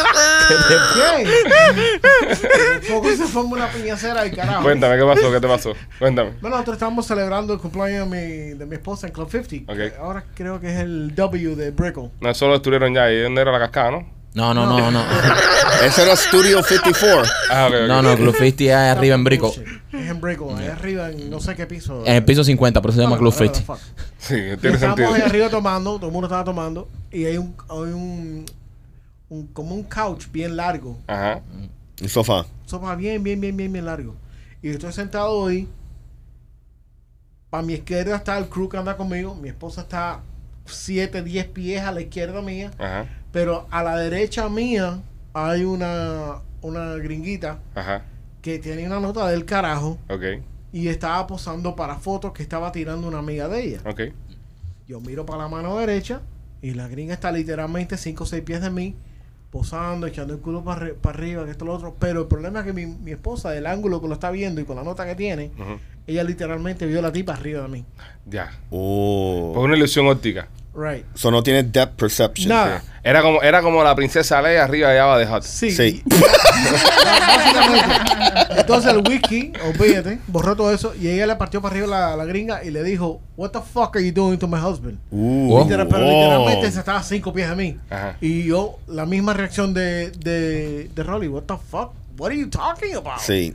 ¿Qué? Poco se forma una piñacera del carajo. Cuéntame, ¿qué pasó? ¿Qué te pasó? Cuéntame. Bueno, nosotros estábamos celebrando el cumpleaños de mi, de mi esposa en Club 50. Ok. que Ahora creo que es el W de Brickle. No, solo estuvieron ya. ¿Y dónde era la cascada, no? No, no, no, no. Eso era Studio 54. Ah, ok, ok. No, no, Club 50 es arriba en Brico. Es en Brickle, allá arriba en no sé qué piso. En el piso 50, por eso se llama Club 50. Sí, Y tiene estábamos sentido. ahí arriba tomando, todo el mundo estaba tomando, y hay un, hay un, un- como un couch bien largo, Ajá. Un sofá. sofá bien, bien, bien, bien, bien largo. Y yo estoy sentado hoy, para mi izquierda está el crew que anda conmigo, mi esposa está 7, 10 pies a la izquierda mía, Ajá. pero a la derecha mía hay una, una gringuita Ajá. que tiene una nota del carajo Ok. y estaba posando para fotos que estaba tirando una amiga de ella. Ok. Yo miro para la mano derecha y la gringa está literalmente 5 o 6 pies de mí, posando, echando el culo para arriba, que esto lo otro. Pero el problema es que mi, mi esposa, del ángulo que lo está viendo y con la nota que tiene, Ujú. ella literalmente vio la tipa arriba de mí. Ya. Fue Oh. una ilusión óptica. Right. Eso no tiene depth perception. Nada. Era como, era como la princesa Leia arriba de Ava de Hot. Sí. Sí. Básicamente. Entonces el whisky, olvídate, borró todo eso y ella le partió para arriba la, la gringa y le dijo, What the fuck are you doing to my husband? Uh, Oh. Literal- pero oh. literalmente se estaba a cinco pies de mí. Ajá. Y yo, la misma reacción de, de, de Rolly, what the fuck? What are you talking about? Sí.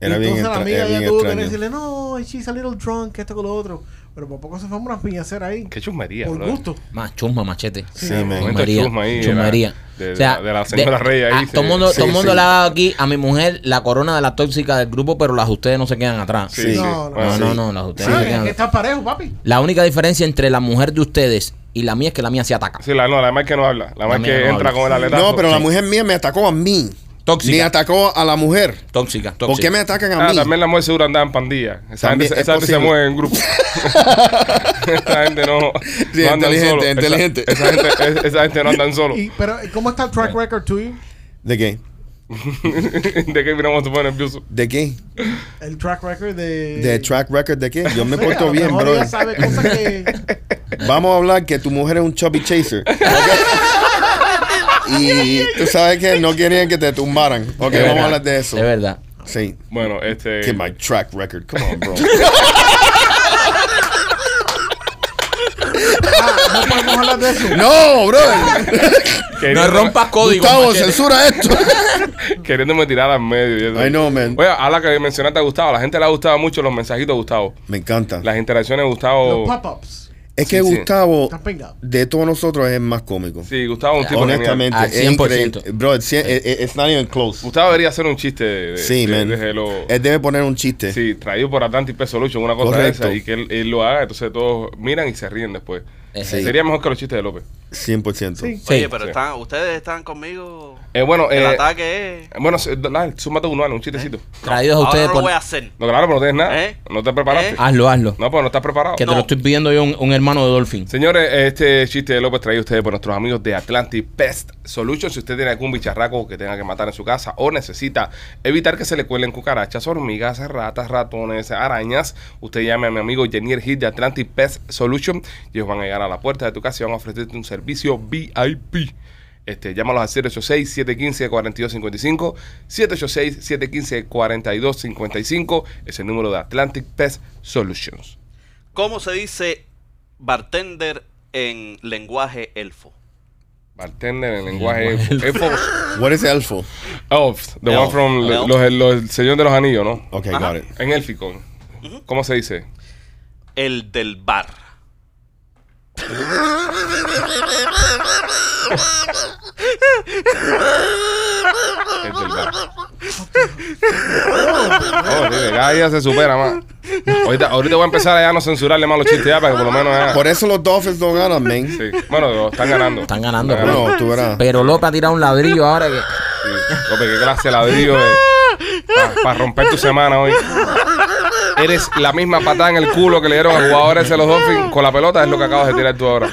Y Era bien, entonces la extra- amiga era ya bien tuvo que extraño. decirle, no, she's a little drunk, que esto con lo otro. Pero por poco se fue una piñacera ahí. Qué chusmería, por brother. gusto. Más chusma, machete. Sí, man. Momento de chusma ahí, de la- Chumería. de- de la señora Rey ahí, a- sí. ah, todo el mundo, Sí, todo el mundo sí. le ha dado aquí a mi mujer la corona de la tóxica del grupo, pero las de ustedes no se quedan atrás. Sí. No, no, Bueno, no, sí. no, no, las de ustedes se Ah, que- quedan que atrás. está parejo, papi. La única diferencia entre la mujer de ustedes y la mía es que la mía se ataca. Sí, la no, la más que no habla. La más mía que no entra habla. con el aletazo. No, pero la Sí. mujer mía me atacó a mí. Tóxica. Me atacó a la mujer. Tóxica, tóxica. ¿Por qué me atacan a Ah, mí? también la mujer seguro andaba en pandilla. Esa, También gente, es esa gente se posible. mueve en grupo. esa gente no, Sí, no andan inteligente, solo. Esa- inteligente. Esa, gente, es- esa gente no andan solo. Y, pero, ¿cómo está el track record tuyo? ¿De qué? ¿De qué miramos tu nervioso? ¿De qué? El track record de... ¿De track record de qué? Yo me Eh, he Sí, a puesto lo bien, mejor bro. ella sabe cosas que... Vamos a hablar que tu mujer es un chubby chaser. ¿ok? y tú sabes que no querían que te tumbaran. De Ok, vamos verdad, a hablar de eso. De verdad. Sí. Bueno, este. Que my track record. Come on, bro. No podemos hablar de eso. no, bro. queriendo- No rompas código. Gustavo, machete. censura esto. Queriéndome tirar al medio. y eso. I know, man. Oye, a la que mencionaste a Gustavo, a la gente le ha gustado mucho los mensajitos de Gustavo. Me encanta. Las interacciones de Los Gustavo. pop-ups. Es que Sí, sí. Gustavo, Están pegados. de todos nosotros, es el más cómico. Sí, Gustavo es un tipo genial. Honestamente, Al es 100%. increíble. Bro, it's, eh, it's not even close. Gustavo debería hacer un chiste de, de- sí, eh, de- man. Este. desde lo- Él debe poner un chiste. sí, traído por Atlantic Pest Solution, una cosa Correcto. de esa, y que él, él lo haga, entonces todos miran y se ríen después. Sí. Eh, Sería mejor que los chistes de López. 100%. Sí. Sí. Oye, pero sí. están, ustedes están conmigo. Eh, bueno, El eh, ataque es. bueno, se- dale, súmate uno, dale, un chistecito. Traídos a Ahora ustedes no lo por. voy a hacer. No, claro, pero no tienes nada. ¿Eh? No te preparaste. ¿Eh? Hazlo, hazlo. No, pues no estás preparado. Que te No. lo estoy pidiendo yo, un, un hermano de Dolphin. Señores, este chiste de López traído a ustedes por nuestros amigos de Atlantic Pest Solution. Si usted tiene algún bicharraco que tenga que matar en su casa o necesita evitar que se le cuelen cucarachas, hormigas, ratas, ratones, arañas, usted llame a mi amigo Jenier Hill de Atlantic Pest Solution. Ellos van a llegar a la puerta de tu casa y van a ofrecerte un servicio VIP. Este, llámalos al 786-715-4255. 786-715-4255 es el número de Atlantic Pest Solutions. ¿Cómo se dice bartender en lenguaje elfo? Bartender en lenguaje elfo. What is elfo? Elf, the one Elf. from Elf. Los, los- el Señor de los Anillos, ¿no? Ok, Ajá. got it. En élfico. ¿Cómo se dice? El del bar. El del bar. Oh, tío, cada día se supera más. Ahorita, ahorita voy a empezar a ya no censurarle más los chistes ya para que por lo menos ya- Por eso los Dolphins no ganan, man. Sí. Bueno, lo están ganando. Están ganando, Están No, tú verás. Pero López ha tirado un ladrillo ahora que. Sí. López, qué clase de ladrillo. Para romper tu semana hoy. Eres la misma patada en el culo que le dieron a jugadores de los Dolphins con la pelota, es lo que acabas de tirar tú ahora.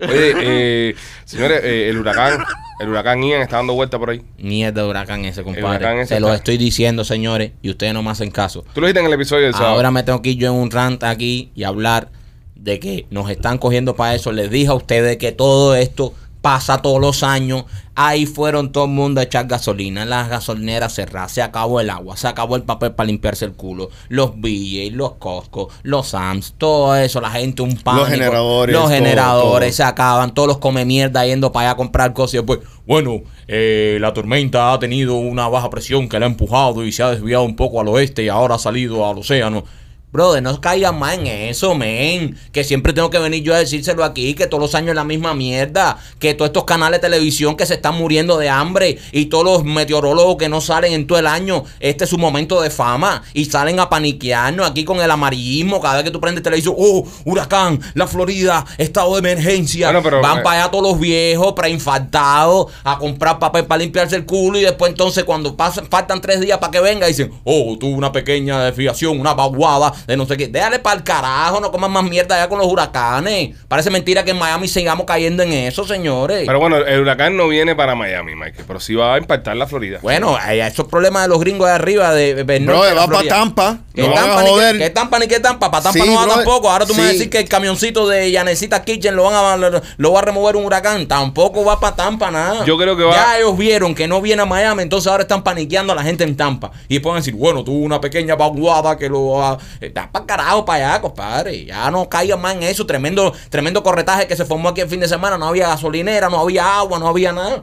Oye, eh, señores, eh, el huracán, el huracán Ian está dando vuelta por ahí. Mierda de huracán ese, compadre. huracán ese Se los está- estoy diciendo, señores, y ustedes no me hacen caso. Tú lo dijiste en el episodio del sábado. Ahora me tengo que ir yo en un rant aquí y hablar de que nos están cogiendo para eso. Les dije a ustedes que todo esto pasa todos los años. Ahí fueron todo el mundo a echar gasolina, las gasolineras cerradas, se acabó el agua, se acabó el papel para limpiarse el culo, los billetes, los Costco, los Sams, todo eso, la gente un pánico. generadores, pues, Los todo, generadores todo. se acaban, todos los come mierda yendo para allá a comprar cosas y después, bueno, eh, la tormenta ha tenido una baja presión que la ha empujado y se ha desviado un poco al oeste y ahora ha salido al océano. Brother, no caigan más en eso, men. Que siempre tengo que venir yo a decírselo aquí, que todos los años es la misma mierda. Que todos estos canales de televisión que se están muriendo de hambre y todos los meteorólogos que no salen en todo el año, este es su momento de fama y salen a paniquearnos aquí con el amarillismo. Cada vez que tú prendes televisión, oh, huracán, la Florida, estado de emergencia. Bueno, pero- eh, Van para allá todos los viejos, preinfartados, a comprar papel para limpiarse el culo y después entonces cuando pasan, faltan tres días para que venga, dicen, oh, tuve una pequeña desviación, una vaguada de no sé qué. Déjale para el carajo, no coman más mierda allá con los huracanes. Parece mentira que en Miami sigamos cayendo en eso, señores. Pero bueno, el huracán no viene para Miami, Mike, pero sí va a impactar la Florida. bueno, ahí hay esos problemas de los gringos de arriba de, de- del Bro, norte de la va para Florida. Tampa. ¿Qué No van Tampa a ni qué- joder. qué Tampa ni qué Tampa? Para Tampa Sí, no va brother. tampoco. Ahora tú me vas a Sí. decir que el camioncito de Yanecita Kitchen lo van a lo, va a remover un huracán. Tampoco va para Tampa nada. Yo creo que va- Ya ellos vieron que no viene a Miami, entonces ahora están paniqueando a la gente en Tampa. Y pueden decir, bueno, tuvo una pequeña vaguada que lo va. Está para carajo para allá, compadre. Ya no caigan más en eso. Tremendo, tremendo corretaje que se formó aquí el fin de semana. No había gasolinera, no había agua, no había nada.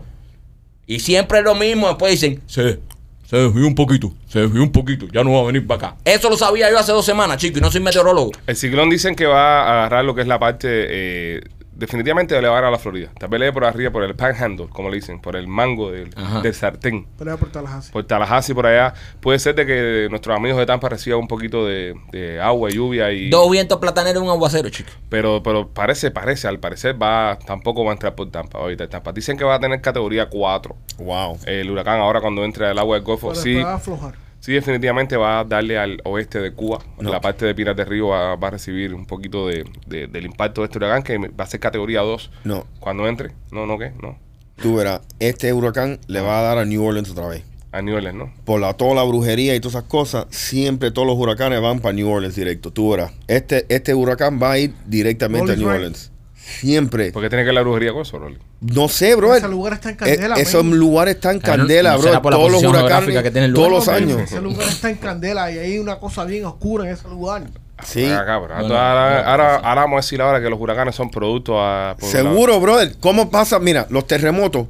Y siempre es lo mismo. Después dicen, se, se desvió un poquito, se desvió un poquito, ya no va a venir para acá. Eso lo sabía yo hace dos semanas, chico, y no soy meteorólogo. El ciclón dicen que va a agarrar lo que es la parte eh, definitivamente de elevar a la Florida. Tal vez le dé por arriba por el panhandle, como le dicen, por el mango del, Ajá. del sartén. Pero ya por Tallahassee. Por Tallahassee, por allá. Puede ser de que nuestros amigos de Tampa reciban un poquito de, de agua, lluvia y... Dos vientos plataneros y un aguacero, chico. Pero, pero parece, parece, al parecer va, tampoco va a entrar por Tampa ahorita. Tampa dicen que va a tener categoría 4. Wow. El huracán ahora cuando entra el agua del Golfo, Pero sí, después va a aflojar. sí definitivamente va a darle al oeste de Cuba. No. La parte de Pinas del Río va, va a recibir un poquito de, de- del impacto de este huracán que va a ser categoría 2 No, cuando entre. No, no, ¿qué? No. tú verás, este huracán le va a dar a New Orleans otra vez. A niveles, ¿no? Por la, toda la brujería y todas esas cosas, siempre todos los huracanes van para New Orleans directo. Tú verás, este, este huracán va a ir directamente a Rolling New right. Orleans. Siempre. Porque tiene que ver la brujería con eso, Rolly. No sé, bro. Ese lugar está en candela, Eh, esos men. lugares están en Claro, candela, Ah, ¿no bro. será por la todos los posición geográfica huracanes, que tiene el lugar? todos los Porque años. Ese lugar está en candela y hay una cosa bien oscura en ese lugar. Sí. Ven acá, pero No, Ah, ahora- no, ahora, no, ahora- ahora vamos a decir ahora que los huracanes son producto a... por un lado. Seguro, brother. ¿Cómo pasa? Mira, los terremotos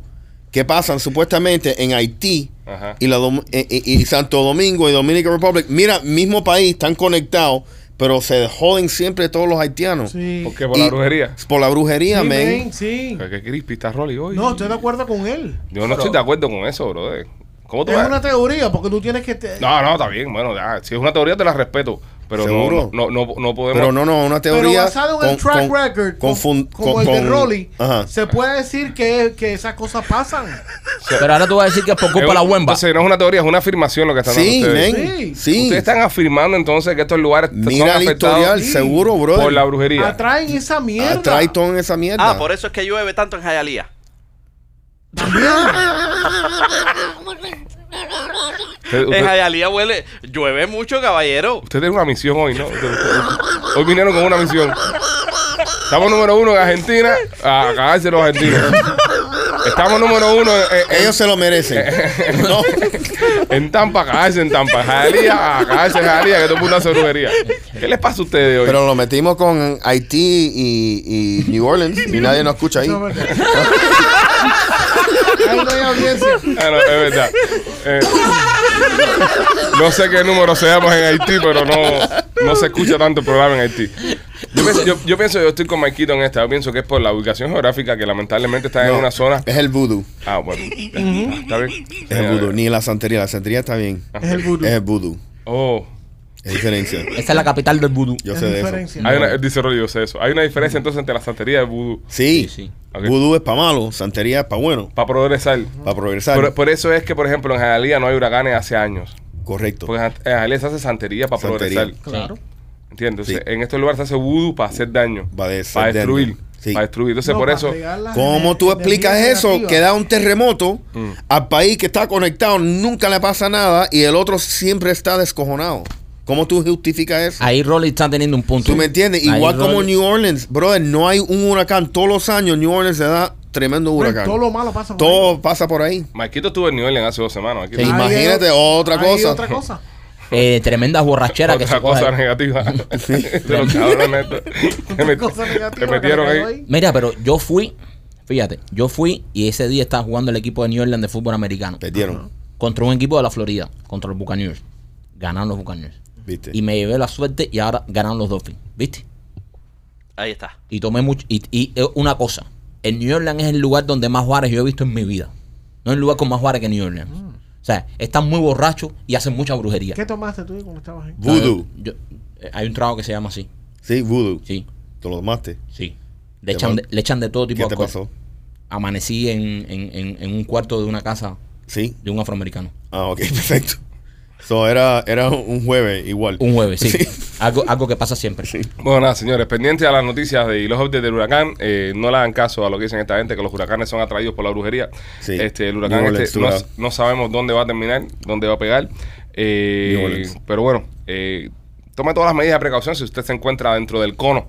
que pasan supuestamente en Haití Ajá. y, la Dom- eh, eh, y Santo Domingo y Dominican Republic. Mira, mismo país, están conectados, pero se joden siempre todos los haitianos. Sí. ¿Por qué? Por la Y- brujería. Por la Sí, brujería, men. men, sí. Qué crispy está Rolly hoy. No, estoy de acuerdo con él. Yo no estoy de acuerdo con eso, brother. ¿Cómo tú Es vas- una teoría, porque tú tienes que... te- No, no, está bien. Bueno, ya, si es una teoría te la respeto. Pero no, ¿Seguro? no, no, no podemos... Pero no, no, una teoría. Pero basado en el con- track con- record, con- confun- como con- el de con- Rolly, Ajá. se puede decir que, que esas cosas pasan. Pero ahora tú vas a decir que es por Es culpa de un- la huemba. Entonces no es una teoría, es una afirmación lo que están Sí, dando ustedes. men. Sí. Sí. Ustedes están afirmando entonces que estos lugares t- Mira son el afectados historial, seguro, brother. por la brujería. Atraen esa mierda. Atrae todo en esa mierda. Ah, por eso es que llueve tanto en Jayalía. Usted, En usted- Jayalía huele, llueve mucho, caballero. usted tiene una misión hoy, ¿no? Usted- usted- hoy vinieron con una misión. Estamos número uno en Argentina, a cagarse los argentinos. Estamos número uno en, en- Ellos se lo merecen. no. en Tampa, a cagarse en Tampa. Jalía, a cagarse en Jalía, que todo el mundo hace brujería. ¿Qué les pasa a ustedes hoy? Pero lo metimos con Haití y, y New Orleans y nadie nos escucha ahí. No, pero- Ahí no hay audiencia. Ah, no, es verdad. Eh, no sé qué número seamos en Haití, pero no, no se escucha tanto el programa en Haití. Yo pienso, yo, yo pienso, yo estoy con Maikito en esta. Yo pienso que es por la ubicación geográfica que lamentablemente está en No, una zona. Es el vudú. Ah, bueno. Está bien. Es el vudú. Ni la santería. La santería está bien. Es el vudú. Es el vudú. Oh, Es diferencia. Esa es la capital del vudú. Yo Es sé de eso. diferencia. hay una, dice Rolly, yo sé eso. Hay una diferencia entonces entre la santería y el vudú. Sí. Sí, sí. Ok. Vudú es para malo. Santería es para bueno. Para progresar. Para progresar. Por, por eso es que, por ejemplo, en Jalía no hay huracanes hace años. Correcto. Porque a- a él les hace santería para Santería. progresar. Claro. ¿Entiendes? Sí. Entonces, En estos lugares se hace vudú para hacer daño. Para hacer para destruir. daño. Sí. Para destruir. Entonces, No, por para eso. pegar las ¿Cómo ener- tú explicas energías eso? negativas. Que da un terremoto Mm. al país que está conectado, nunca le pasa nada y el otro siempre está descojonado. ¿Cómo tú justificas eso? Ahí Rolly está teniendo un punto. ¿Tú me entiendes? Ahí Igual como Rolly- New Orleans, brother, no hay un huracán. Todos los años New Orleans se da tremendo Bueno, huracán. Todo lo malo pasa por ahí. Todo pasa por ahí. Marquito estuvo en New Orleans hace dos semanas. Marquito. Sí. Ahí Imagínate hay- otra ahí hay cosa. otra cosa. Eh, tremendas borracheras que Otra se coge. cosa negativa. De los cabrones estos. Te, met- Cosa negativa te que metieron le cayó ahí. Mira, pero yo fui, fíjate, yo fui y ese día estaba jugando el equipo de New Orleans de fútbol americano Perdieron, contra un equipo de la Florida, contra los Buccaneers. Ganaron los Buccaneers. ¿viste? Y me llevé la suerte y ahora ganaron los Dolphins, ¿viste? Ahí está. Y tomé mucho. Y, y, eh, una cosa, el New Orleans es el lugar donde más bares yo he visto en mi vida. No es el lugar con más bares que New Orleans. O sea, están muy borrachos y hacen mucha brujería. ¿Qué tomaste tú cuando estabas ahí? O sea, Voodoo. yo- eh, hay un trago que se llama así. Sí, voodoo. Sí, Te lo tomaste. sí. Le ¿Qué echan, pa- de, le echan de todo tipo ¿Qué de te alcohol. pasó? Amanecí en, en- en- en un cuarto de una casa Sí. de un afroamericano. Ah, ok, perfecto. So, era, era un jueves igual. Un jueves, sí. Sí. Algo, algo que pasa siempre. Bueno, nada, señores, pendientes a las noticias de y los updates del huracán, eh, no le hagan caso a lo que dicen esta gente, que los huracanes son atraídos por la brujería. Sí. Este, el huracán New este, Orleans, no, tú la- no sabemos dónde va a terminar, dónde va a pegar. Eh, New Orleans. pero bueno, eh, tome todas las medidas de precaución si usted se encuentra dentro del cono.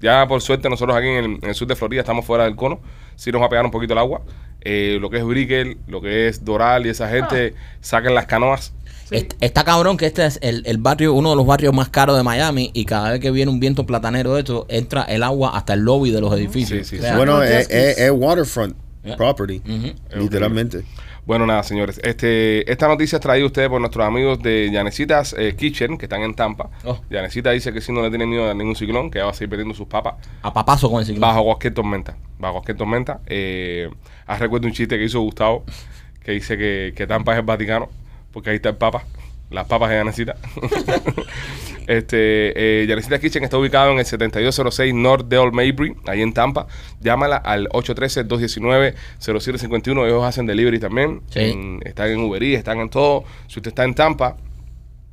Ya por suerte nosotros aquí en el, en el sur de Florida estamos fuera del cono, sí nos va a pegar un poquito el agua. Eh, lo que es Brickell, lo que es Doral y esa gente, saquen las canoas. Est- Está cabrón que este es el, el barrio, uno de los barrios más caros de Miami y cada vez que viene un viento platanero de esto, entra el agua hasta el lobby de los edificios. Sí, sí, O sí. sea, Bueno, no, es, Justice. es- es waterfront Yeah. property, ujú. literalmente. Bueno, nada, señores. Este, esta noticia es traída a ustedes por nuestros amigos de Llanecitas eh, Kitchen, que están en Tampa. Oh. Llanecita dice que si no le tiene miedo a ningún ciclón, que va a seguir perdiendo sus papas A papazo con el ciclón. bajo cualquier tormenta. Bajo cualquier tormenta. Eh, ah, recuerdo un chiste que hizo Gustavo, que dice que, que Tampa es el Vaticano, porque ahí está el Papa. Las papas de Llanecita. Este, eh, Yanecita Kitchen está ubicado en el 7206 North Dale Mabry, ahí en Tampa. Llámala al 813-219-0751. Ellos hacen delivery también. Sí. En- están en Uber Eats, están en todo. Si usted está en Tampa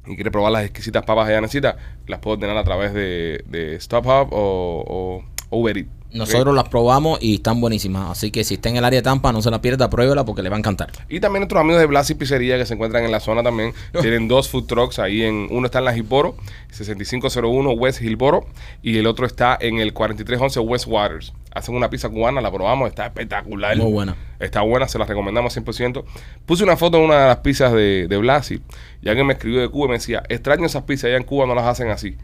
y quiere probar las exquisitas papas de Yanecita, las puede ordenar a través de, de StubHub o, o Uber Eats. Nosotros las probamos y están buenísimas. Así que si está en el área de Tampa, no se la pierda, pruébela porque le va a encantar. Y también nuestros amigos de Blas y Pizzería que se encuentran en la zona también. Tienen dos food trucks ahí. en Uno está en la Gilboro, 6501 West Gilboro. Y el otro está en el 4311 West Waters. Hacen una pizza cubana, la probamos, está espectacular. Muy buena. Está buena, se la recomendamos 100%. Puse una foto de una de las pizzas de, de Blasi y alguien me escribió de Cuba y me decía, extraño esas pizzas, allá en Cuba no las hacen así.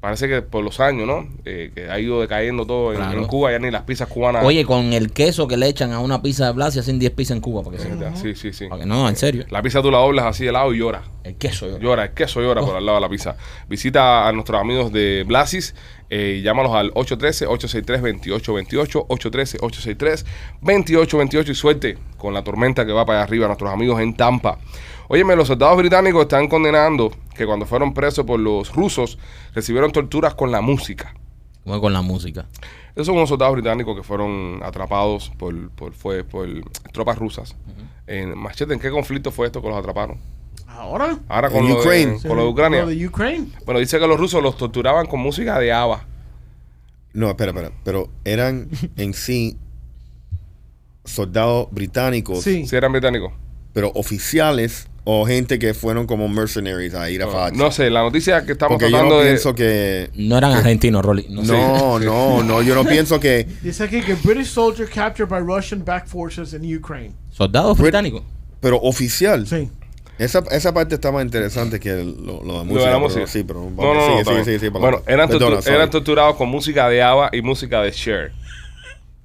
Parece que por los años, ¿no? Eh, que ha ido decayendo todo en, Claro. en Cuba, ya ni las pizzas cubanas. Oye, con el queso que le echan a una pizza de Blas y hacen 10 pizzas en Cuba. Porque sí, sí, sí. No, en serio. La pizza tú la doblas así de lado y lloras. El queso. yo- Llora, el queso llora por al lado de la pizza. Visita a nuestros amigos de Blasis eh, y llámalos al 813-863-2828, 813-863-2828 y suerte con la tormenta que va para allá arriba, nuestros amigos en Tampa. Óyeme, los soldados británicos están condenando que cuando fueron presos por los rusos recibieron torturas con la música. Como con la música. Esos son unos soldados británicos que fueron atrapados por, por, fue, por tropas rusas. En- Machete, ¿en qué conflicto fue esto que los atraparon? Ahora. Ahora En con, lo de- Ukraine. con lo de Ucrania. Lo de Ukraine. Bueno, dice que los rusos los torturaban con música de ABBA. No, espera, espera. Pero eran en sí soldados británicos, Sí. Si eran británicos. pero oficiales o gente que fueron como mercenaries a ir a facha. No sé, la noticia que estamos Ah, Porque yo tratando no de. pienso que... No eran argentinos, Rolly. No, sé. No, no, no. Yo no pienso que... Dice aquí que British soldier captured by Russian backed forces in Ukraine. Soldados Brit- británicos. Pero oficial. Sí. Esa, esa parte está más interesante que el- lo, lo de Lo de música. la pero música. Sí, pero... no, no, no, está sigue, sigue, bien. sigue, sigue, para Bueno, adelante. eran, tortu- Perdona, sorry. eran torturados con música de ABBA y música de Cher.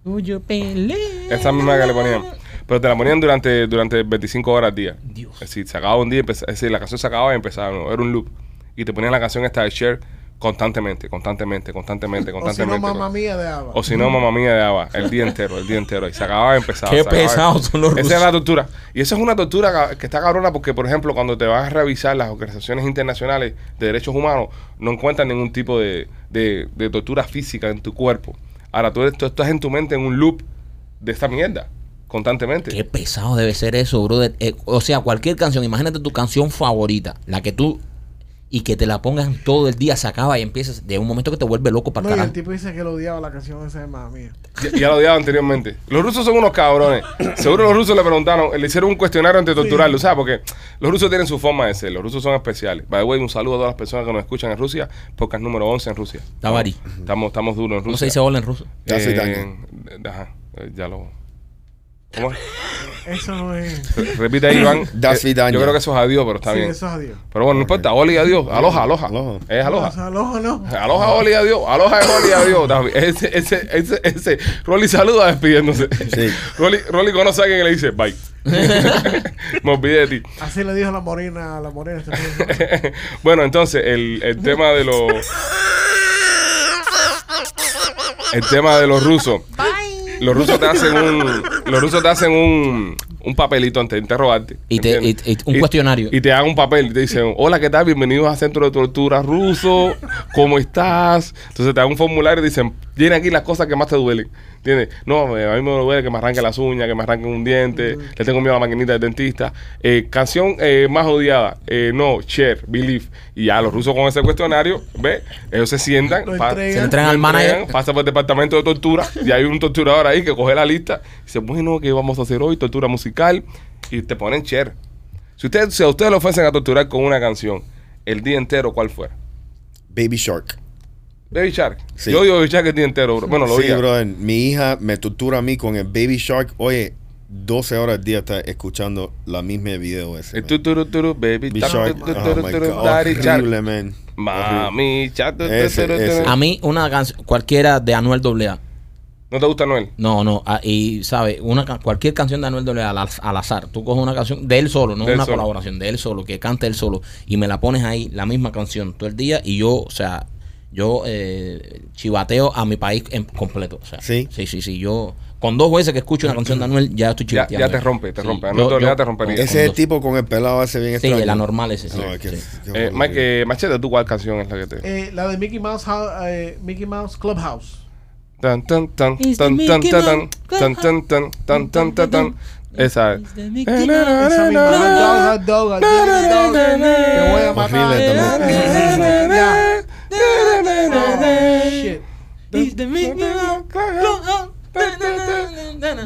Tuyo pele- Esa misma que le ponían. Pero te la ponían durante, durante 25 horas al día. Dios. Es decir, se acababa un día, y empezaba- es decir, la canción se acababa y empezaba. de nuevo. Era un loop. Y te ponían la canción esta de Cher constantemente, constantemente, constantemente, O si no, constantemente. mamá mía de Ava. O si no, mamá mía de ABBA. El día entero, el día entero. Y se acababa y empezaba. Qué se acababa. pesados son los rusos. Esa es la tortura. Y eso es una tortura ca- que está cabrona porque, por ejemplo, cuando te vas a revisar las organizaciones internacionales de derechos humanos, no encuentran ningún tipo de, de- de tortura física en tu cuerpo. Ahora, tú, eres- tú estás en tu mente en un loop de esta mierda. constantemente. Qué pesado debe ser eso, brother. Eh, o sea, cualquier canción, imagínate tu canción favorita, la que tú y que te la pongan todo el día, se acaba y empiezas de un momento que te vuelve loco para No, y el carajo. tipo dice que lo odiaba la canción esa de mamá mía. Ya, ya lo odiaba anteriormente. Los rusos son unos cabrones. Seguro los rusos le preguntaron, le hicieron un cuestionario antes de torturarlo, ¿sabes? Porque los rusos tienen su forma de ser, los rusos son especiales. By the way, un saludo a todas las personas que nos escuchan en Rusia, podcast número 11 en Rusia. Tabarì. Estamos, estamos duros en Rusia. ¿Cómo se dice hola en ruso? Ya soy Eh, tanque. Ajá, eh, ya lo... ¿Cómo es? Eso no es. Re- Repite ahí, Iván. Das Eh, vidania. Yo creo que eso es adiós, pero está sí, bien. eso es adiós. Pero bueno, no importa, Oli, adiós. Aloja, aloja. Aloha. Es No, aloja. eso es alojo, no. Aloha Oli, adiós. Aloha Oli, adiós. David. Ese, ese, ese, ese. Rolly saluda despidiéndose. Sí. Rolly, Rolly conoce a alguien y le dice, bye. Me olvidé de ti. Así le dijo la morena, la morena. este tipo. bueno, entonces, el, el tema de los. El tema de los rusos. Los rusos te hacen un. Los rusos te hacen un. Un papelito antes de interrogarte. Y te- ¿entiendes? y- y- un cuestionario. Y te dan un papel y te dicen: Hola, ¿qué tal? Bienvenidos a Centro de Tortura Ruso. ¿Cómo estás? Entonces te dan un formulario y dicen: Llena aquí las cosas que más te duelen. ¿Entiendes? No, eh, a mí me duele que me arranque las uñas, que me arranquen un diente. Le tengo miedo a la maquinita del dentista. Eh, canción eh, más odiada. Eh, no, Cher, Believe. Y ya los rusos con ese cuestionario, ¿ves? Ellos se sientan. Lo pa- entregan. Se le entregan al manager. Llegan, pasa por el departamento de tortura y hay un torturador ahí que coge la lista y dice, bueno, ¿qué vamos a hacer hoy? Tortura musical y te ponen cher. Si, usted, si a ustedes le ofrecen a torturar con una canción el día entero, ¿cuál fuera? Baby Shark. Baby Shark. Sí. Yo digo Baby Shark el día entero, bro. Bueno, lo sí, oía. brother. Mi hija me tortura a mí con el Baby Shark. Oye, 12 horas al día está escuchando la misma video ese. El man. tu, turu, turu, baby Baby shark, Shark. tu, Oh, turu, my turu, God. daddy Horrible, shark. man. Horrible. Mami, chat. tu, tu, Ese, turu, ese. turu. A mí una canción cualquiera de Anuel AA. ¿No te gusta Noel? No, no, ah, y sabe, una ca- cualquier canción de Anuel AA al, az- al azar, tú coges una canción de él solo, no De él una solo. colaboración, de él solo, que cante él solo, y me la pones ahí, la misma canción, todo el día, y yo, o sea, yo eh, chivateo a mi país en completo. O sea, Sí. Sí, sí, sí, yo, con dos veces que escucho una canción de Anuel, ya estoy Ya- ya chivateando. te rompe, te rompe, Anuel yo- AA yo- te rompería. con- Ese es el con tipo con el pelado ese bien dos. Sí, extraño. el anormal ese, sí. No, es que- sí. qué Eh, Mike, eh, Machete, ¿tú cuál canción es la que te.? Eh, la de Mickey Mouse, Hou- eh, Mickey Mouse Clubhouse. Tan, tan, tan, It's tan, the tan, Mickey tan, Mouse. tan, tan, tan, tan, tan, tan, tan. Esa es. It's the Mickey Eh, Mouse. na, na, Esa na, misma. na, na. Hot dog, hot dog, hot dog, Te voy a Horrible matar. también. Ya. Oh, shit. It's the Mickey Mouse. Clubhouse.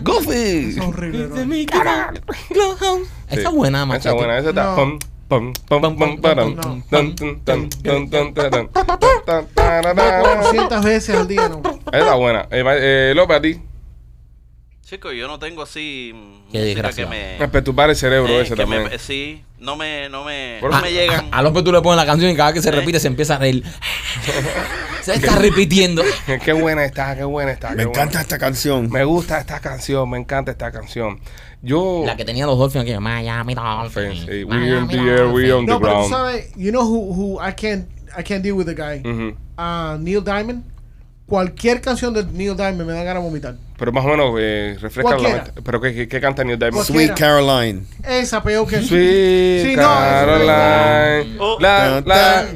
Goofy. Es horrible. It's the bro. Mickey Mouse. Clubhouse. Está buena, Machete. Esa buena, esa está. No. Pum, pum, pum, Pum, pum, pum, param. pum, Tan, tan, tan, tan, tan, tan, tan. Tan, tan, tan, tan. 400 veces al día, no. Esa es buena. Eh, ma- eh, López, a ti. Chico, yo no tengo así mm, Qué música desgraciado. Me me, perturbar el cerebro eh, ese que me- también. Ah, sí, no me no me, Por- no A, me llegan. Ah, a- a López tú le pones la canción y cada vez que se ¿Eh? repite se empieza a reír. se está repitiendo. Eh, Qué buena está, qué buena está. Me qué buena. encanta esta canción. Me gusta esta canción, me encanta esta canción. Yo. La que tenía los Dolphins aquí. Miami Dolphins. Sí, we Miami on the air, we Dolphins. on the No, pero tú ground. sabes, you know who, who I can't, I can't deal with the guy. Mm. Ujú. Ah, Neil Diamond. Cualquier canción de Neil Diamond me da ganas de vomitar. Pero más o menos eh, refresca la Cualquiera. mente. Pero ¿qué, qué, qué canta Neil Diamond? Cualquiera. Sweet Caroline. Esa peor que Sweet Sí, no, Caroline. Oh. La, la, Tan,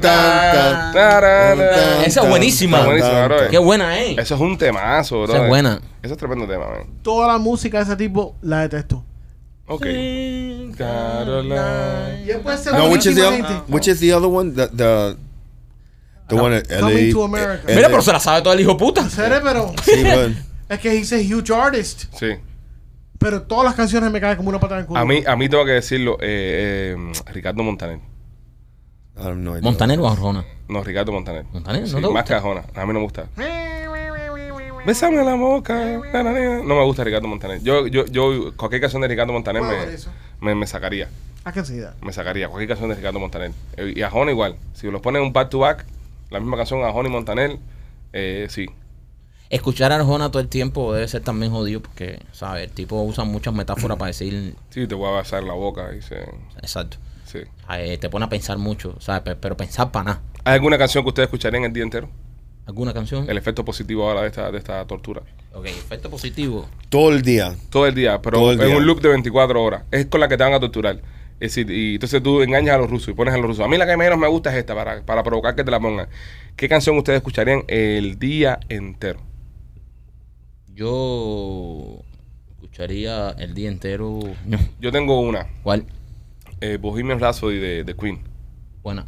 la, tan, tan. la, la, la. Tan, Esa es tan, buenísima. tan, Buenísima, tan, bro. tan. Qué buena, eh. Eso es un temazo, bro. Esa es buena. Eso es tremendo tema, man. toda la música de ese tipo la detesto. Ok. Caroline. Y después se No, lo which is the últimamente. other, which is the other one? The the, the one at Coming LA. to America. Eh, Mira, eh, pero se la sabe todo el hijo puta. Seré, pero Sí, brother. es que he's a huge artist. Sí. Pero todas las canciones me caen como una patada en el culo. A mí, a mí tengo que decirlo, eh, eh, Ricardo Montaner. I don't know. Montaner o Arjona. No, Ricardo Montaner. Montaner, ¿no Sí, te gusta? más cajona. A mí no me gusta. Bésame la boca. na, na, na. No me gusta Ricardo Montaner. Yo, yo, yo, cualquier canción de Ricardo Montaner Bueno, me, eso. me, me sacaría. I can see that. Me sacaría cualquier canción de Ricardo Montaner. Eh, Y a Jona igual. Si los ponen un back to back, la misma canción a Jona y Montaner, eh, sí. Escuchar a Arjona todo el tiempo debe ser también jodido porque, ¿sabes? El tipo usa muchas metáforas para decir. Sí, te voy a besar la boca. Y se- Exacto. sí. Eh, te pone a pensar mucho, ¿sabes? Pe- Pero pensar para nada. ¿Hay alguna canción que ustedes escucharían el día entero? ¿Alguna canción? El efecto positivo ahora de esta, de esta tortura. Ok, efecto positivo. Todo el día. Todo el día, pero Todo el en día. un loop de 24 horas. Es con la que te van a torturar. Es decir, y entonces tú engañas a los rusos y pones a los rusos. A mí la que menos me gusta es esta, para, para provocar que te la pongan. ¿Qué canción ustedes escucharían el día entero? Yo. escucharía escucharía el día entero. No. Yo tengo una, ¿Cuál? eh, Bohemian Rhapsody de, de Queen. Buena.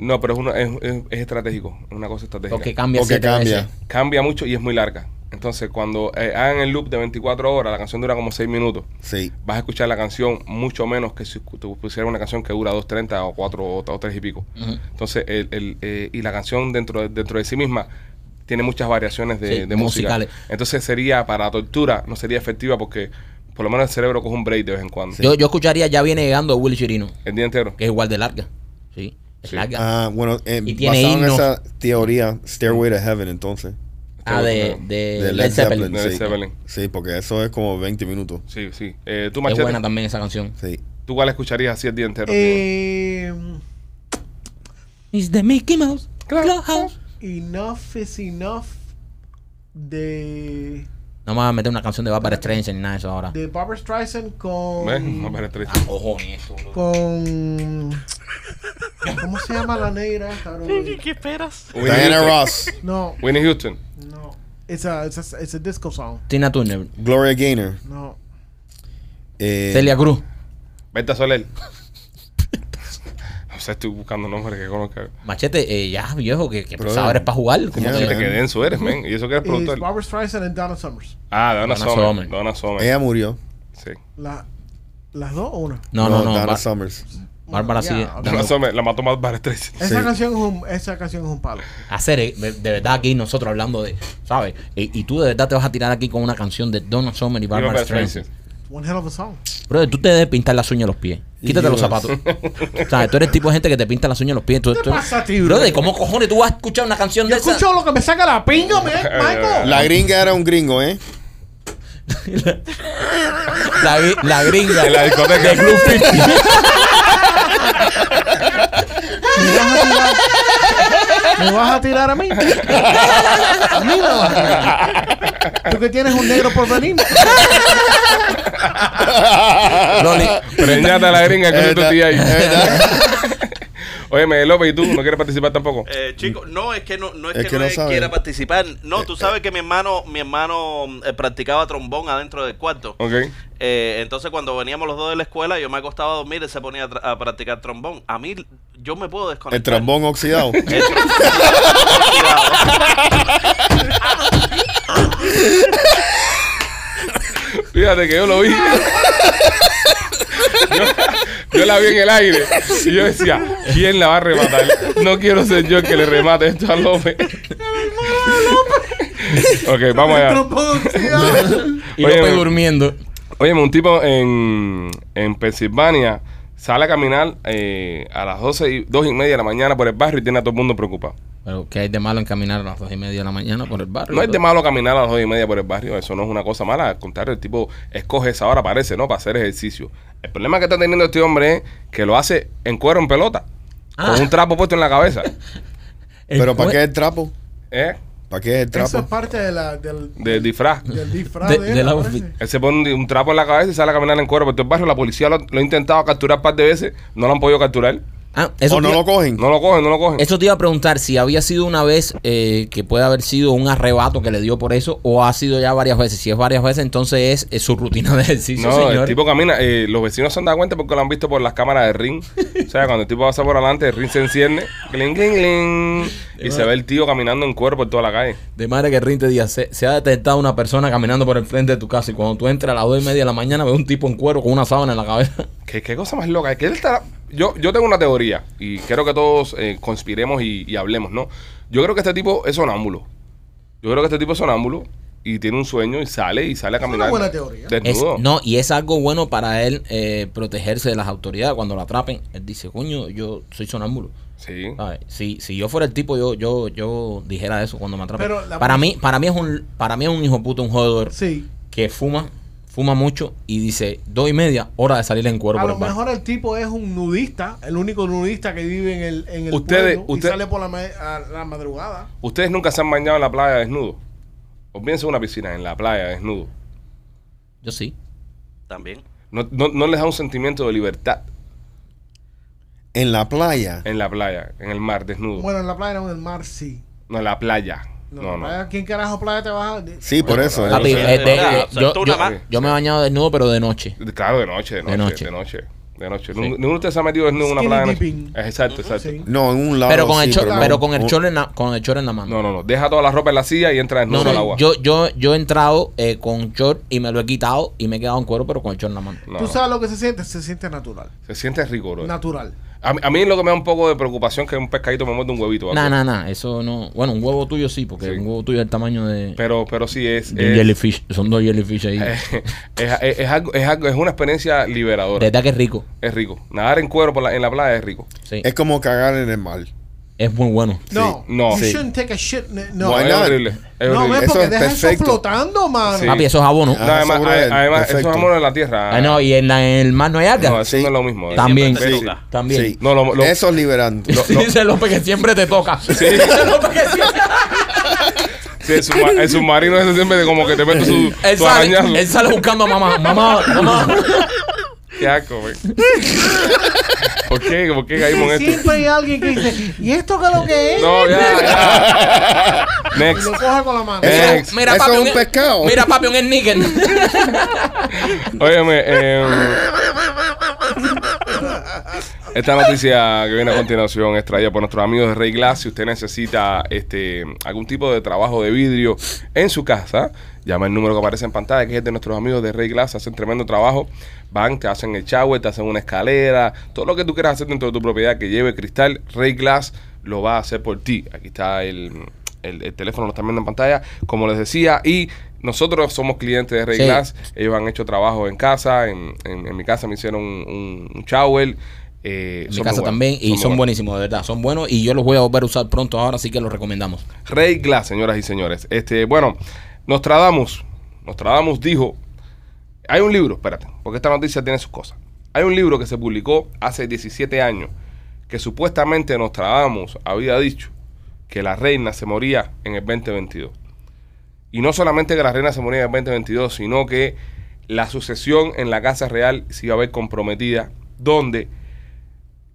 No, pero es, una, es, es- es estratégico, es una cosa estratégica. Porque cambia Porque siete cambia. veces. Cambia mucho y es muy larga. Entonces, cuando eh, hagan el loop de 24 horas, la canción dura como 6 minutos. Sí. Vas a escuchar la canción mucho menos que si tú pusieras una canción que dura 2.30 o 4 o, 3 y pico. Ujú. Entonces, el, el, eh, y la canción dentro de, dentro de sí misma tiene muchas variaciones de, Sí, de música. musicales. Entonces, sería para la tortura, no sería efectiva porque por lo menos el cerebro coge un break de vez en cuando. Yo, yo escucharía Ya viene llegando de Willy Chirino, El día entero. que es igual de larga. Sí, es Sí. larga. Ah, bueno, eh, Y tiene basado en himno. esa teoría, Stairway to Heaven, entonces. Ah, de, de, De Led Zeppelin. Led sí. Zeppelin. Sí, porque eso es como 20 minutos. Sí, sí. Eh, tú, Es Machete, buena también esa canción. Sí. ¿tú cuál escucharías así el día entero? Eh, It's the Mickey Mouse Clubhouse. enough is enough de, No me vas a meter una canción de Barbara Streisand ni nada de eso ahora. de Barbara Streisand con. ¿Ves? No, pero es triste. Ojo en eso, bro. con. ¿Cómo se llama la negra esta, bro? ¿Qué esperas? Whitney Diana Houston. Ross, No, Whitney Houston. no. It's a, it's a, it's a disco song. Tina Turner. Gloria Gaynor. No. eh, Celia Cruz. Berta Soler. o sea, estoy buscando nombres que conozca. Machete, eh, ya viejo, que, que Brother. pesado eres para jugar. Como Ya, que- man. Fíjate que denso eres, men. Y eso que eres Es productor. Barbara Streisand and Donna Summers. Ah, Donna Donna Summer. Summer. Donna Summer. Ella murió. Sí. La, ¿Las dos o una? No, no, no. Donna Ba- Summers. Bárbara Ya, sigue. ok. Donna dando- Summer la mató más para tres. Esa, Sí. canción es un, esa canción es un palo. hacer, eh, de, de verdad aquí nosotros hablando de, ¿sabes? Eh, y tú de verdad te vas a tirar aquí con una canción de Donna Summer y Barbara Streisand. One hell of a song. Bro, tú te debes pintar las uñas de los pies. Quítate los Dios. zapatos. ¿Sabes? Tú eres tipo de gente que te pinta las uñas de los pies. Tú, ¿Qué tú- pasa a ti, bro? bro? ¿cómo cojones tú vas a escuchar una canción Yo de esa? escucho lo que me saca la pinga, me Michael. La gringa era un gringo, ¿eh? La, gri- la gringa. En la discoteca. de Club 50. ¿Me vas a tirar- ¿Me vas a tirar a mí? A mí me vas a tirar. Tú que tienes un negro por venir. Loli. Preñate a la gringa que Es tú tu verdad, tía ahí. es verdad. Óyeme, López, ¿y tú no quieres participar tampoco? Eh, chicos, no, es que no, no es, Es que, que no no Eh, es- sabe. quiera participar. No, tú sabes que mi hermano, mi hermano eh, practicaba trombón adentro del cuarto. Ok. Eh, entonces cuando veníamos los dos de la escuela, yo me acostaba a dormir y se ponía a, tra- a practicar trombón. A mí, yo me puedo desconectar. El trombón oxidado. El trombón. Fíjate que yo lo vi. Yo, yo la vi en el aire. Y yo decía, ¿quién la va a rematar? No quiero ser yo el que le remate esto a López. ok, vamos allá. Y Oye, López bro. durmiendo. Oye, un tipo en, en Pensilvania sale a caminar eh, a las 12 y, 2 y media de la mañana por el barrio y tiene a todo el mundo preocupado. Pero, ¿qué hay de malo en caminar a las dos y media de la mañana por el barrio? No es de bro? malo caminar a las 2 y media por el barrio, eso no es una cosa mala. Al contrario, el tipo escoge esa hora, parece, ¿no? Para hacer ejercicio. El problema que está teniendo este hombre es que lo hace en cuero, en pelota, Ah. con un trapo puesto en la cabeza. Pero ¿para qué es el trapo? ¿Eh? ¿Para qué es el Eso es trapo? parte de la, del, De disfraz. del disfraz De- de, él, del me outfit. parece. Él se pone un, un trapo en la cabeza y sale a caminar en cuero por todo el barrio. La policía lo, lo ha intentado capturar un par de veces, no lo han podido capturar. Ah, eso ¿O no te- lo cogen? No lo cogen, no lo cogen. Eso te iba a preguntar si había sido una vez eh, que puede haber sido un arrebato que le dio por eso o ha sido ya varias veces. Si es varias veces, entonces es, es su rutina de ejercicio, No, señor. el tipo camina. eh, los vecinos se han dado cuenta porque lo han visto por las cámaras de ring. o sea, cuando el tipo pasa por adelante, el ring se enciende. Cling, cling, cling, y se ve el tío caminando en cuerpo en toda la calle. De madre que rinte días. Se, se ha detectado una persona caminando por el frente de tu casa y cuando tú entras a las dos y media de la mañana ves un tipo en cuero con una sábana en la cabeza. ¿Qué, qué cosa más loca? Que él está- yo, yo tengo una teoría y creo que todos eh, conspiremos y, y hablemos, ¿no? Yo creo que este tipo es sonámbulo. Yo creo que este tipo es sonámbulo y tiene un sueño y sale y sale a Es una caminar. buena teoría. Es- Desnudo. no, y es algo bueno para él eh, protegerse de las autoridades cuando lo atrapen. Él dice, coño, yo soy sonámbulo. Sí. ¿Sabes? Si, si yo fuera el tipo, yo, yo, yo dijera eso cuando me atrapen. Pero la- para mí, para mí es un, para mí es un hijo puto, un jodedor Sí. que fuma, fuma mucho y dice dos y media, hora de salir en cuero A por lo el bar". mejor el tipo es un nudista, el único nudista que vive en el, en el Ustedes- pueblo usted- y sale por la, ma- a la madrugada. Ustedes nunca se han bañado en la playa desnudo. O piensen en una piscina, en la playa desnudo. Yo sí. También. No, no- no les da un sentimiento de libertad En la playa. en la playa, en el mar, desnudo. Bueno, en la playa, no, en el mar sí. No, en la playa. No, No, no. playa, ¿Quién carajo playa te vas a.? Sí, por eso. eh. Papi, Sí, eh, de- o sea, eh, o sea, yo, tú yo- nada más. yo me he bañado desnudo, pero de noche. Claro, de noche, de De noche, noche. de noche. De noche. Nun- Ninguno de ustedes se ha metido desnudo en una Skinny playa de noche. dipping. Eh, Exacto, exacto. Sí. No, en un lado. pero con el sí, chor- no- pero con el un- chor en la, con el chor en la mano. No, no, no. Deja toda la ropa en la silla y entra desnudo No, al no, agua. yo, yo, yo he entrado eh, con short y me lo he quitado y me he quedado en cuero, pero con el short en la mano. No, ¿Tú no. sabes lo que se siente? Se siente natural. Se siente rico, bro. Natural. A, mí- a mí lo que me da un poco de preocupación es que un pescadito me muerde un huevito. o algo. No, no, no, eso no. Bueno, un huevo tuyo sí, porque Sí. un huevo tuyo es el tamaño de, Pero, pero sí es. de un es- jellyfish. Son dos jellyfish ahí. es, es- es algo, es algo- es una experiencia de liberadora. verdad que es rico. Es rico. Nadar en cuero por la- en la playa es rico. Sí. Es como cagar en el mar. Es muy bueno. No, No. You Sí. shouldn't take a shit. No, Why es not? horrible. Es no, horrible. ves, Eso porque es deja eso perfecto. flotando, mano. Sí. Ah. Papi, eso es abono. No, además, sobre él. además eso es Ah, Perfecto. amor en la tierra. Ah, no, y en, la- en el mar no hay algas. No, eso Sí. no es lo mismo. eh. También. Siempre te Sí. toca. También. Sí. No, lo- lo- Eso es liberando. Dice López que siempre te toca. Dice López que siempre. Sí, el, subma- el submarino ese siempre de como que te mete su, Él su arañazo. sale, él sale buscando a mamá. Mamá, mamá. Qué asco, güey. ¿Por qué? ¿Por qué caímos en esto? Siempre hay alguien que dice, ¿y esto qué es lo que es? este. No, ya, ya. Y Next. lo coge con la mano. Eso- Next. Mira, eso papi, es un- un pescado. Mira, papi, un sneaker. Óyeme, eh, esta noticia que viene a continuación es traída por nuestros amigos de Rey Glass. Si usted necesita este algún tipo de trabajo de vidrio en su casa, llama el número que aparece en pantalla, que es de nuestros amigos de Rey Glass. Hacen tremendo trabajo. Van, te hacen el shower, te hacen una escalera, todo lo que tú quieras hacer dentro de tu propiedad que lleve cristal, Rey Glass lo va a hacer por ti. Aquí está el, el- el teléfono, lo están viendo en pantalla, como les decía. Y nosotros somos clientes de Rey Sí. Glass. Ellos han hecho trabajo en casa, en, en- en mi casa me hicieron un, un, un shower. eh, En mi son casa muy buenos, también. Y son muy buenos. buenísimos, de verdad. Son buenos y yo los voy a volver a usar pronto ahora, así que los recomendamos. Rey Glass, señoras y señores. Este, bueno, Nostradamus, Nostradamus dijo, hay un libro, espérate, porque esta noticia tiene sus cosas. Hay un libro que se publicó hace 17 años que supuestamente Nostradamus había dicho que la reina se moría en el 2022. Y no solamente que la reina se moría en el 2022, sino que la sucesión en la Casa Real se iba a ver comprometida, donde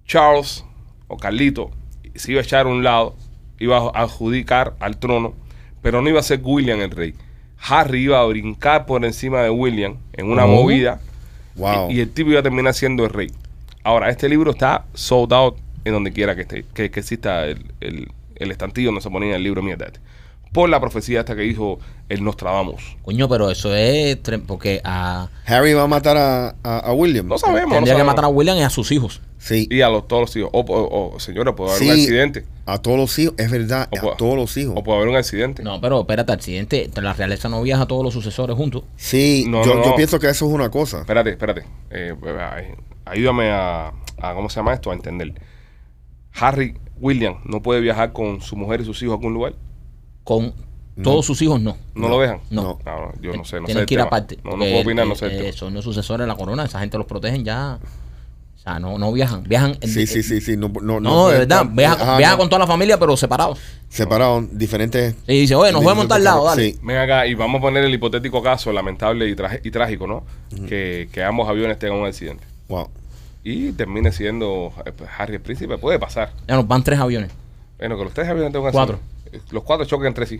Charles o Carlito se iba a echar a un lado, iba a adjudicar al trono, pero no iba a ser William el rey. Harry iba a brincar por encima de William en una Oh. movida Wow. y, y el tipo iba a terminar siendo el rey. Ahora, este libro está sold out en donde quiera que esté, que, que exista el, el, el estantillo donde se ponía el libro mierda este. Por la profecía esta que dijo el Nostradamus. Coño, pero eso es. tre- Porque a. Harry va a matar a, a, a William. No sabemos. no Tendría que sabemos. matar a William y a sus hijos. Sí. Y a los todos los hijos. O, o- o, señora, puede haber Sí. un accidente. A todos los hijos. Es verdad. O puede- a todos los hijos. O puede haber un accidente. No, pero espérate, accidente. La realeza no viaja a todos los sucesores juntos. Sí. No, yo, no, yo no. pienso que eso es una cosa. Espérate, espérate. Eh, ay, ayúdame a, a- ¿Cómo se llama esto? A entender. Harry William no puede viajar con su mujer y sus hijos a algún lugar. Con todos sus hijos, no. No, lo dejan. No. Eh, No. Ah, yo no sé. No sé Tienen el que ir tema. aparte. No, no porque puedo opinar, el- no sé. el eh, tema. Son los sucesores de la corona. Esa gente los protegen ya. O sea, no, no viajan. Viajan. en- eh, Sí, sí, sí, sí. No, no, No, de verdad. Viaja, Ajá, viaja no. con toda la familia, pero separados. Separados. Diferentes. Y dice, oye, nos vemos en tal lado, dale. Sí. Ven acá y vamos a poner el hipotético caso lamentable y, traje- y trágico, ¿no? que, que ambos aviones tengan un accidente. Wow. Y termine siendo eh, Harry el príncipe. Puede pasar. Ya nos van tres aviones. Bueno, que los tres aviones tengan un Cuatro. accidente. Eh, Los cuatro choquen entre sí.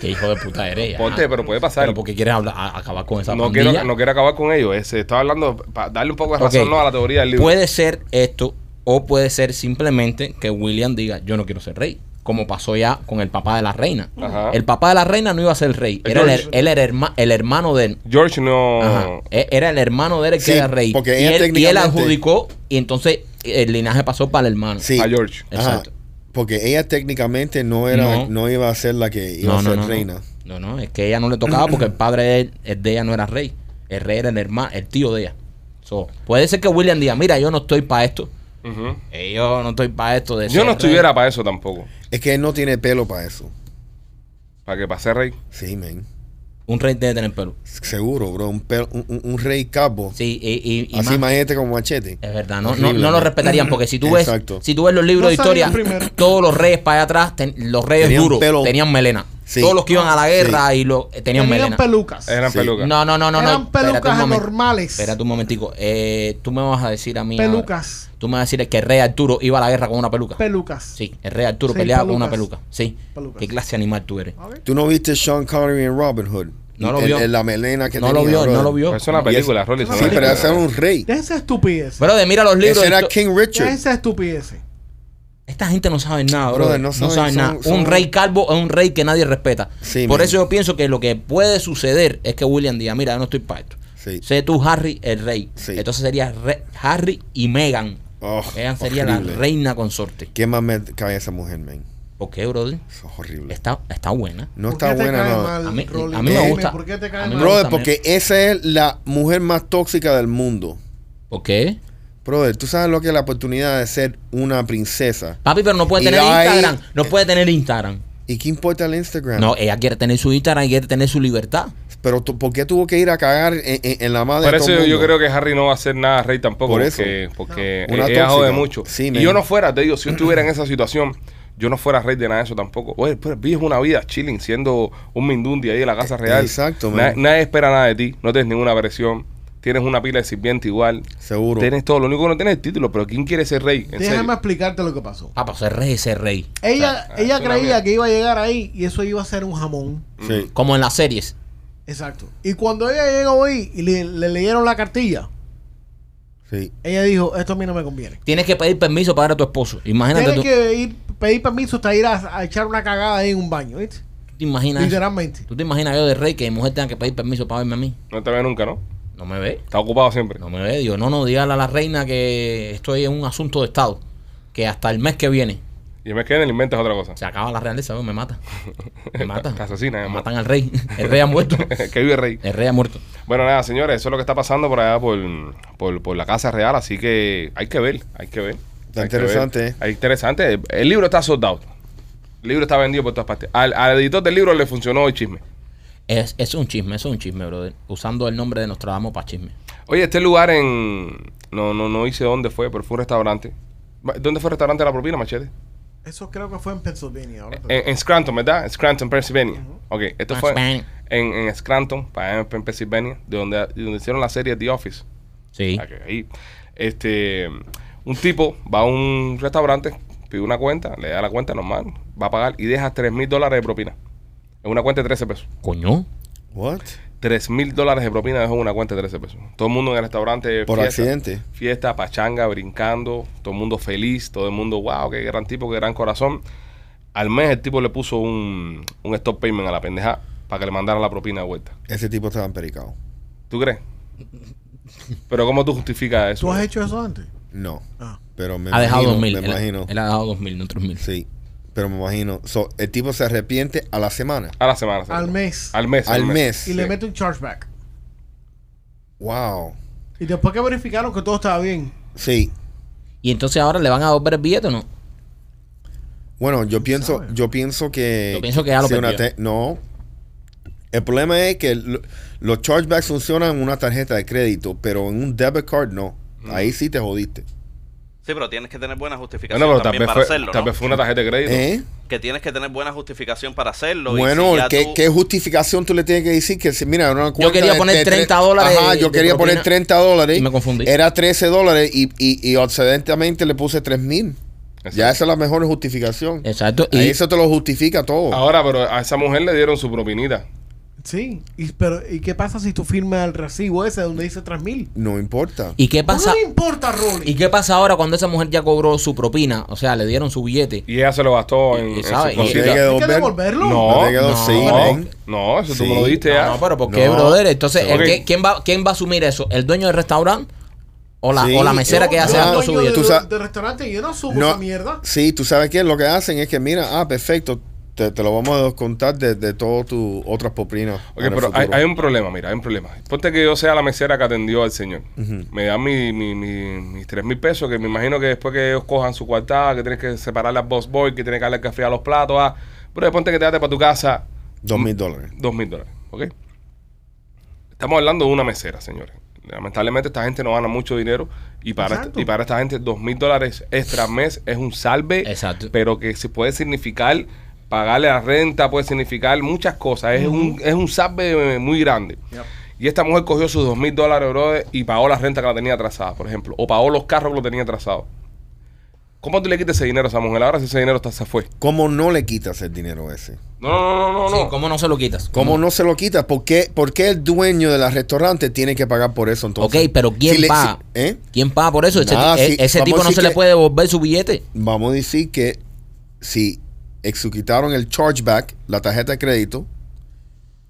Qué hijo de puta eres. ya. Ponte, pero puede pasar. Pero porque quieres hablar- a- acabar con esa no, pandilla. quiero, no quiero acabar con ellos. Eh, Se estaba hablando para darle un poco de Ok. razón ¿no? a la teoría del libro. Puede ser esto o puede ser simplemente que William diga, yo no quiero ser rey. Como pasó ya con el papá de la reina. Ajá. El papá de la reina no iba a ser rey. El Era el, George. él era herma- el hermano de él. George no. Ajá. E- Era el hermano de él el que Sí, era rey. porque y, ella él, y él técnicamente- adjudicó y entonces el linaje pasó para el hermano. Sí. A George. Ajá. Exacto. Porque ella técnicamente no era, No. no. iba a ser la que iba No, a no, ser no, no. reina. No, no, es que ella no le tocaba porque el padre de, él- el de ella no era rey. El rey era el hermano, el tío de ella. So, puede ser que William diga, mira, yo no estoy para esto. Ujú. Eh, Yo no estoy para esto de Yo ser rey". no estuviera para eso tampoco. Es que él no tiene pelo para eso. Para que pase rey. Sí, men. Un rey debe tener pelo. Seguro, bro. Un, pelo- un- un- un rey capo. Sí, y, y- y así más. machete con machete. Es verdad, no, no, Horrible, no lo man. respetarían porque si tú ves, Exacto. si tú ves los libros No de historia, salieron primero. todos los reyes para allá atrás, ten- los reyes Tenían duros pelo. tenían melena. Sí. Todos los que iban a la guerra y lo, eh, tenían melena. pelucas. Eran Sí. pelucas. No, no, no, no. no. Eran Espérate un pelucas momento. anormales. Espérate un momentico. Eh, tú me vas a decir a mí. ahora- Pelucas. Tú me vas a decir que el rey Arturo iba a la guerra con una peluca. Pelucas. sí, el rey Arturo Sí, peleaba con una pelucas. peluca. Sí. Pelucas. ¿Qué clase de animal tú eres? Ok. ¿Tú no viste Sean Connery en Robin Hood? No lo En- vio. En la melena que No tenía, lo vio, brother. no lo vio. Es una Y es- película, Rolly. Sí, es una pero película. ese era un rey. Deja esa estupidez. Brother, mira los libros. Ese era Esto- King Deja Richard. esa estupidez. Esta gente no sabe nada, bro. Brother, no no saben, saben, nada. son- son- Un rey calvo es un rey que nadie respeta. Sí, Por man. eso yo pienso que lo que puede suceder es que William diga, mira, yo no estoy para esto. Sí. Sé tú Harry el rey. Sí. Entonces sería re- Harry y Meghan. Oh, Meghan sería horrible. la reina consorte. ¿Qué más me cae esa mujer, man? ¿Por qué, brother? Es horrible. Está, está buena. No ¿Por qué está te buena, cae no. mal, A mí- Rolly? a mí me Dime, gusta. ¿Por qué te A cae mí me mal? Brother, gusta, man. porque esa es la mujer más tóxica del mundo. ¿Por qué? Brother, tú sabes lo que es la oportunidad de ser una princesa. Papi, pero no puede Y tener ahí- Eh. Instagram. No puede tener Instagram. ¿Y qué importa el Instagram? No, ella quiere tener su Instagram y quiere tener su libertad. Pero tú- ¿por qué tuvo que ir a cagar en, en- en la madre Por de todo eso el yo, yo mundo? creo que Harry no va a hacer nada rey tampoco. Por porque porque No. Una eh, ella tóxica. jode mucho. Sí, y man. yo no fuera, te digo, si yo estuviera en esa situación, yo no fuera rey de nada de eso tampoco. Oye, pues vives una vida chilling, siendo un mindundi ahí de la casa real. Eh, exacto, Na- man. nadie espera nada de ti, no tienes ninguna presión. Tienes una pila de sirviente igual. Seguro. Tienes todo. Lo único que no tienes es el título, pero ¿quién quiere ser rey? En Déjame serio. explicarte lo que pasó. Ah, pero ese rey, ese rey. Ella, Ah, ella es una mierda. creía que iba a llegar ahí y eso iba a ser un jamón. Sí. Como en las series. Exacto. Y cuando ella llegó ahí y le, le leyeron la cartilla, Mm. Sí. ella dijo, esto a mí no me conviene. Tienes que pedir permiso para ir a tu esposo. Imagínate Tienes tú. que ir, pedir permiso hasta ir a, a echar una cagada ahí en un baño, ¿viste? ¿Tú te imaginas? eso? Literalmente. ¿Tú te imaginas yo de rey que mi mujer tenga que pedir permiso para verme a mí? No te ve nunca, ¿no? No me ve. Está ocupado siempre. No me ve. Digo, no, no, dígale a la reina que estoy en un asunto de Estado. Que hasta el mes que viene Y me quedan y le inventas otra cosa. se acaba la realeza, bro, me mata. Me mata. Te asesina, Me mi amor. matan al rey. El rey ha muerto. que vive rey. El rey ha muerto. Bueno, nada, señores, eso es lo que está pasando por allá, por, por, por la Casa Real, así que hay que ver, hay que ver. Está Hay que ver. interesante, eh. Hay interesante. El, el libro está sold out. El libro está vendido por todas partes. Al, al editor del libro le funcionó el chisme. Es, es un chisme, es un chisme, brother. Usando el nombre de Nostradamus para chisme. Oye, este lugar en... No, no, no hice dónde fue, pero fue un restaurante. ¿Dónde fue el restaurante de la propina, Machete? Eso creo que fue en Pennsylvania. ahora Eh, te- En, en Scranton, ¿verdad? En Scranton, Pennsylvania. Ok, esto fue en, Pennsylvania. en Scranton, para en Pennsylvania, de donde, de donde hicieron la serie The Office. Sí. O sea, que ahí, este, un tipo va a un restaurante, pide una cuenta, le da la cuenta normal, va a pagar y deja 3 mil dólares de propina. En una cuenta de 13 pesos. Coño. What? 3 mil dólares de propina dejó en una cuenta de 13 pesos. Todo el mundo en el restaurante. Por fiesta, accidente. Fiesta, pachanga, brincando, todo el mundo feliz, todo el mundo, wow, qué gran tipo, qué gran corazón. Al mes el tipo le puso un, un stop payment a la pendeja para que le mandaran la propina de vuelta. Ese tipo estaba empericado. ¿Tú crees? Pero ¿cómo tú justificas eso? ¿Tú has hecho eso antes? No. Ah. Pero me Ha dejado imagino, dos mil. me imagino. Él ha dejado dos mil, no tres mil. Sí. Pero me imagino. So, el tipo se arrepiente a la semana. A la semana. se Al lo- mes. Al mes. Al mes. Y le mete un chargeback. Wow. Y después que verificaron que todo estaba bien. Sí. Y entonces ahora le van a devolver el billete o no. Bueno, yo pienso, sabe? yo pienso que. Yo pienso que ya lo si una perdió. te- No. El problema es que lo- los chargebacks funcionan en una tarjeta de crédito, pero en un debit card no. Mm. Ahí sí te jodiste. Sí, pero tienes que tener buena justificación Bueno, pero tal también vez, para fue, hacerlo. tal ¿no? vez fue una tarjeta de crédito. ¿Eh? Que tienes que tener buena justificación para hacerlo. y Bueno, si ya ¿qué, tú- qué justificación tú le tienes que decir? Que si, mira, una cuenta quería de- poner de tre- 30 dólares Ajá, de- yo de quería propina. poner 30 dólares. Y me confundí. Era 13 dólares y, y, y accidentalmente le puse 3 mil. Exacto. Ya esa es la mejor justificación. Exacto. Y, Ahí eso te lo justifica todo. Ahora, pero a esa mujer le dieron su propinita. Sí. Y, pero, ¿y qué pasa si tú firmas el recibo ese donde dice 3000? no importa. ¿y qué pasa? No le importa, ¿Y Rolly. qué pasa ahora cuando esa mujer ya cobró su propina? O sea, le dieron su billete. Y ella se lo gastó en, Y- y en sabe, su y- No cosita. tiene que ¿Hay que devolver. devolverlo? No, te quedó, no, sí, No, ven. no, eso tú Sí. me lo diste ya. Ah, No, no, pero ¿por qué, No. brother? Entonces, Ok. ¿el qué- quién, va, ¿quién va a asumir eso? ¿El dueño del restaurante? ¿O la, Sí. o la mesera No, que hace no, algo no, su yo- billete? Tú sabes- de restaurante yo no asumo No, esa mierda. Sí, tú sabes qué, lo que hacen es que mira, ah, perfecto, te, te lo vamos a descontar de, de todas tus otras propinas. Ok, en el pero hay, futuro. hay un problema, mira, hay un problema. Ponte que yo sea la mesera que atendió al señor. Me dan mi, mi- mi- mis 3 mil pesos, que me imagino que después que ellos cojan su cuartada, que tienes que separar las boss boy, que tienes que darle café a los platos. Ah. Pero ponte que te date para tu casa Dos mil dólares. 2 mil dólares, ¿ok? Estamos hablando de una mesera, señores. Lamentablemente esta gente no gana mucho dinero y para, Exacto. este- y para esta gente 2 mil dólares extra al mes es un salve, Exacto. pero que se puede significar pagarle la renta puede significar muchas cosas. Es un, es un zape muy grande. Y esta mujer cogió sus dos mil dólares, brother, y pagó la renta que la tenía atrasada, por ejemplo. O pagó los carros que lo tenía atrasado. ¿Cómo tú le quitas ese dinero a esa mujer? Ahora si ese dinero está, se fue. ¿Cómo no le quitas el dinero ese? No, no, no, no, no. Sí, ¿Cómo no se lo quitas? ¿Cómo no se lo quitas? ¿Por qué, por qué el dueño del restaurante tiene que pagar por eso entonces? ok, pero ¿quién Si le- paga? si- ¿eh? ¿Quién paga por eso? Ese, Nada, e- sí, ese vamos tipo a no decir se le que- puede devolver su billete. Vamos a decir que si executaron el chargeback, la tarjeta de crédito,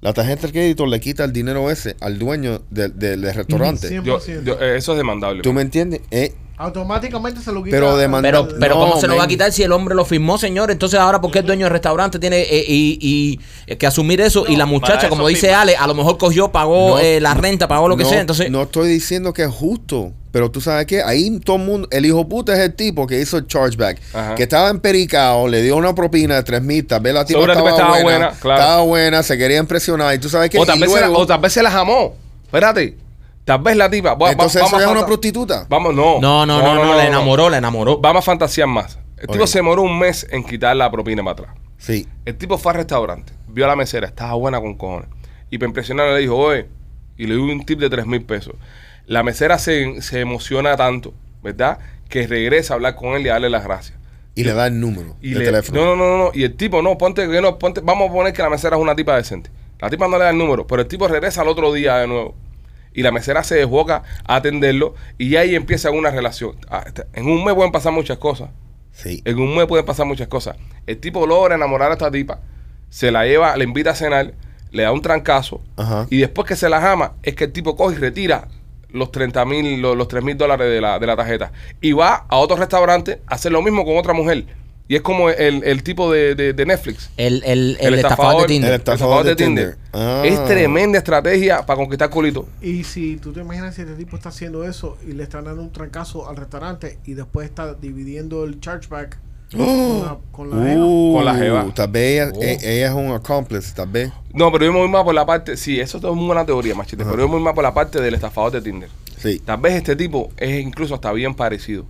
la tarjeta de crédito le quita el dinero ese al dueño del- del- del restaurante. Siempre. Yo- yo- eh, eso es demandable. ¿Tú me entiendes? Eh, Automáticamente se lo quita. Pero demanda- Pero, pero No, ¿cómo se lo va a men. quitar si el hombre lo firmó, señor? Entonces, ahora, ¿por qué el dueño del restaurante tiene eh, y, y, eh, que asumir eso? y la para muchacha, eso como dice mismo. Ale, a lo mejor cogió, pagó No, eh, la renta, pagó lo que no, sea. Entonces, no estoy diciendo que es justo, pero tú sabes que ahí todo el mundo, el hijo puta es el tipo que hizo el chargeback, Ajá. que estaba empericado, le dio una propina de tres mil, tal vez la tipa Seguro la estaba, tipa estaba buena, buena, claro. estaba buena, se quería impresionar y tú sabes que O tal, y vez se la, luego- o tal vez se las amó. Espérate. Tal vez la tipa. va- va- entonces eso vamos es a una fanta- prostituta. Vamos, no. no, no, no, no, la enamoró, la enamoró. Vamos a fantasear más. El tipo Ok. se demoró un mes en quitar la propina para atrás. Sí. El tipo fue al restaurante, vio a la mesera, estaba buena con cojones. Y para impresionarle le dijo, oye, y le dio un tip de 3 mil pesos. La mesera se, se emociona tanto, ¿verdad? Que regresa a hablar con él y a darle las gracias. Y le da el número Y de le- teléfono. No, no, no, no. Y el tipo, no, ponte que no, ponte. Vamos a poner que la mesera es una tipa decente. La tipa no le da el número, pero el tipo regresa al otro día de nuevo. Y la mesera se desboca a atenderlo y ahí empieza una relación. Ah, este- En un mes pueden pasar muchas cosas. Sí. En un mes pueden pasar muchas cosas. El tipo logra enamorar a esta tipa, se la lleva, le invita a cenar, le da un trancazo Ajá. y después que se las ama es que el tipo coge y retira los 30 mil, los, 3 mil dólares de la, de la tarjeta y va a otro restaurante a hacer lo mismo con otra mujer. Y es como el, el tipo de, de- de Netflix. El, el, el, estafador de Tinder. El estafador de Tinder. Ah. Es tremenda estrategia para conquistar culito. Y si tú te imaginas si este tipo está haciendo eso y le están dando un trancazo al restaurante y después está dividiendo el chargeback con ¡Oh! la, con la nena. Uh, Con la jeva. Tal vez ella, Oh. e- ella es un accomplice, tal vez. No, pero yo me voy más por la parte. Sí, eso es una buena teoría, machete. Pero yo me voy más por la parte del estafador de Tinder. Sí. Tal vez este tipo es incluso hasta bien parecido.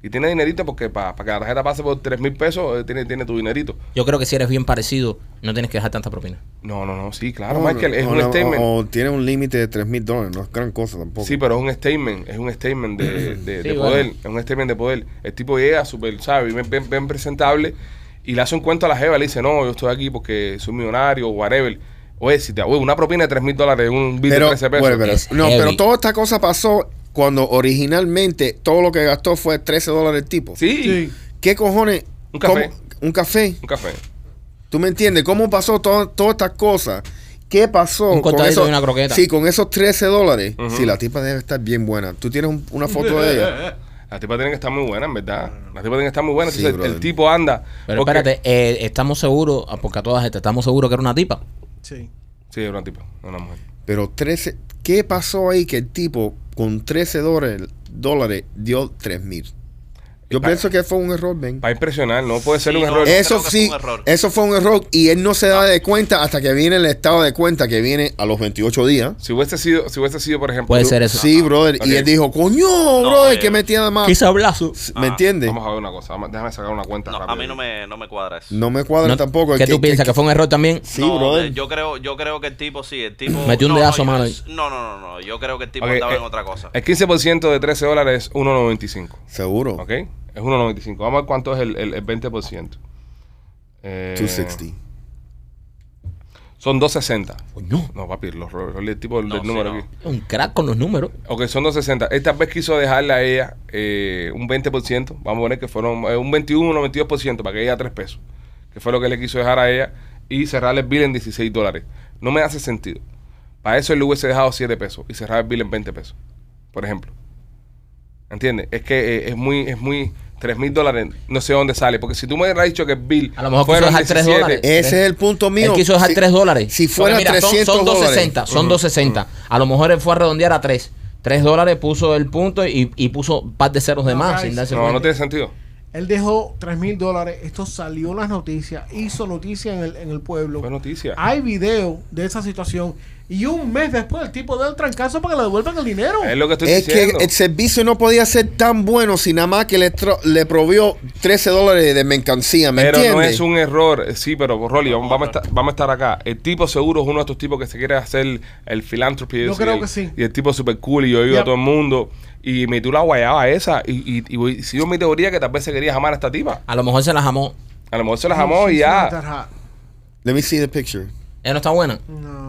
Y tiene dinerito porque para que la tarjeta pase por 3 mil pesos, eh, tiene, tiene tu dinerito. Yo creo que si eres bien parecido, no tienes que dejar tanta propina. No, no, no, sí, claro, No, Michael, es no, un no, statement. O, o tiene un límite de 3 mil dólares, no es gran cosa tampoco. Sí, pero es un statement, es un statement de, de- Sí, de bueno. poder, es un statement de poder. El tipo llega súper, ¿sabes? Bien, bien- bien presentable y le hace un cuento a la jeva, le dice, no, yo estoy aquí porque soy millonario, whatever. Oye, si te oye, una propina de 3 mil dólares, un billete de Pero, 13 pesos. bueno, pero- Es no, heavy. pero toda esta cosa pasó cuando originalmente todo lo que gastó fue 13 dólares el tipo. sí, Sí. ¿Qué cojones? Un café. ¿Cómo- un café. un café. ¿Tú me entiendes? ¿Cómo pasó todo- todas estas cosas? ¿Qué pasó? Un cortadito esos- y una croqueta. Sí, con esos 13 dólares. Ujú. Sí, la tipa debe estar bien buena. ¿Tú tienes un- una foto de ella? La tipa tiene que estar muy buena, en verdad. La tipa tiene que estar muy buena. Sí, Entonces, el, brother. tipo anda. Pero porque- espérate, eh, estamos seguros, ah, porque a todas estas, estamos seguros que era una tipa. Sí. Sí, era una tipa, una mujer. Pero 13... ¿Qué pasó ahí que el tipo con 13 dólares, dólares dio 3 mil? Yo Pa- pienso que fue un error, ven. Para impresionar, no puede ser Sí, un no, error. eh, Eso creo que sí, fue un error. eso fue un error y él no se da de cuenta hasta que viene el estado de cuenta que viene a los 28 días. Si hubiese sido, si hubiese sido, por ejemplo. Puede tú- ser eso. Sí, brother. Ok. Y él dijo, coño, brother, eh, que metía más. Qué sablazo. ¿Me entiendes? Vamos a ver una cosa. vamos- déjame sacar una cuenta. No, a rápido. mí no me, no me cuadra eso. No me cuadra No, tampoco. ¿Qué tú piensas? ¿Que fue un error también? Sí, No, eh, brother. Yo creo, yo creo que el tipo sí, el tipo. Metió un no, dedazo no, yo- malo ahí. No, no, no, no. Yo creo que el tipo Ok, estaba eh, en otra cosa. El 15% de 13 dólares es 1.95. Seguro. ¿Ok? Es 1.95. Vamos a ver cuánto es el, el- el 20%. Eh, 260. Son 2.60. Coño, No, papi, los, ro- ro- el tipo del No, sí, número no. aquí. un crack con los números. Ok, son 260. Esta vez quiso dejarle a ella eh, un 20%. Vamos a poner que fueron eh, un 21 o 22% para que ella 3 pesos. Que fue lo que le quiso dejar a ella. Y cerrarle el bill en 16 dólares. No me hace sentido. Para eso él le hubiese dejado 7 pesos y cerrar el bill en 20 pesos. Por ejemplo. ¿Entiendes? Es que eh, es muy, es muy. 3 mil dólares, no sé dónde sale. Porque si tú me hubieras dicho que el bill. A lo mejor quiso fueron dejar tres 17, dólares. Ese es el punto mío. Eh, Él quiso dejar Si- 3 dólares. Si fuera Porque mira, son- 300 son, dólares. 260, son 260. A lo mejor él fue a redondear a 3. 3 dólares puso el punto y, y puso un par de ceros de No, más guys. sin darse No, cuenta. no tiene sentido. Él dejó 3 mil dólares. Esto salió en las noticias. Hizo noticia en el, en el pueblo. Fue noticia. Hay video de esa situación. Y un mes después el tipo da el trancazo para que le devuelvan el dinero. Es lo que estoy Es que diciendo. el servicio no podía ser tan bueno si nada más que le, tro- le provió 13 dólares de mercancía, ¿me pero entiendes? no es un error, sí, pero Rolly, vamos, vamos a estar, vamos a estar acá. El tipo seguro es uno de estos tipos que se quiere hacer el filántropo. y Yo el- creo que sí. Y el tipo es super cool y yo ayudo Ya. a todo el mundo. Y me tú la guayaba esa. Y, y, y voy- sigo mi teoría que tal vez se quería jamar a esta tipa. A lo mejor se la jamó. A lo mejor se la jamó y ya. Let me see the picture. Ella no está buena, No.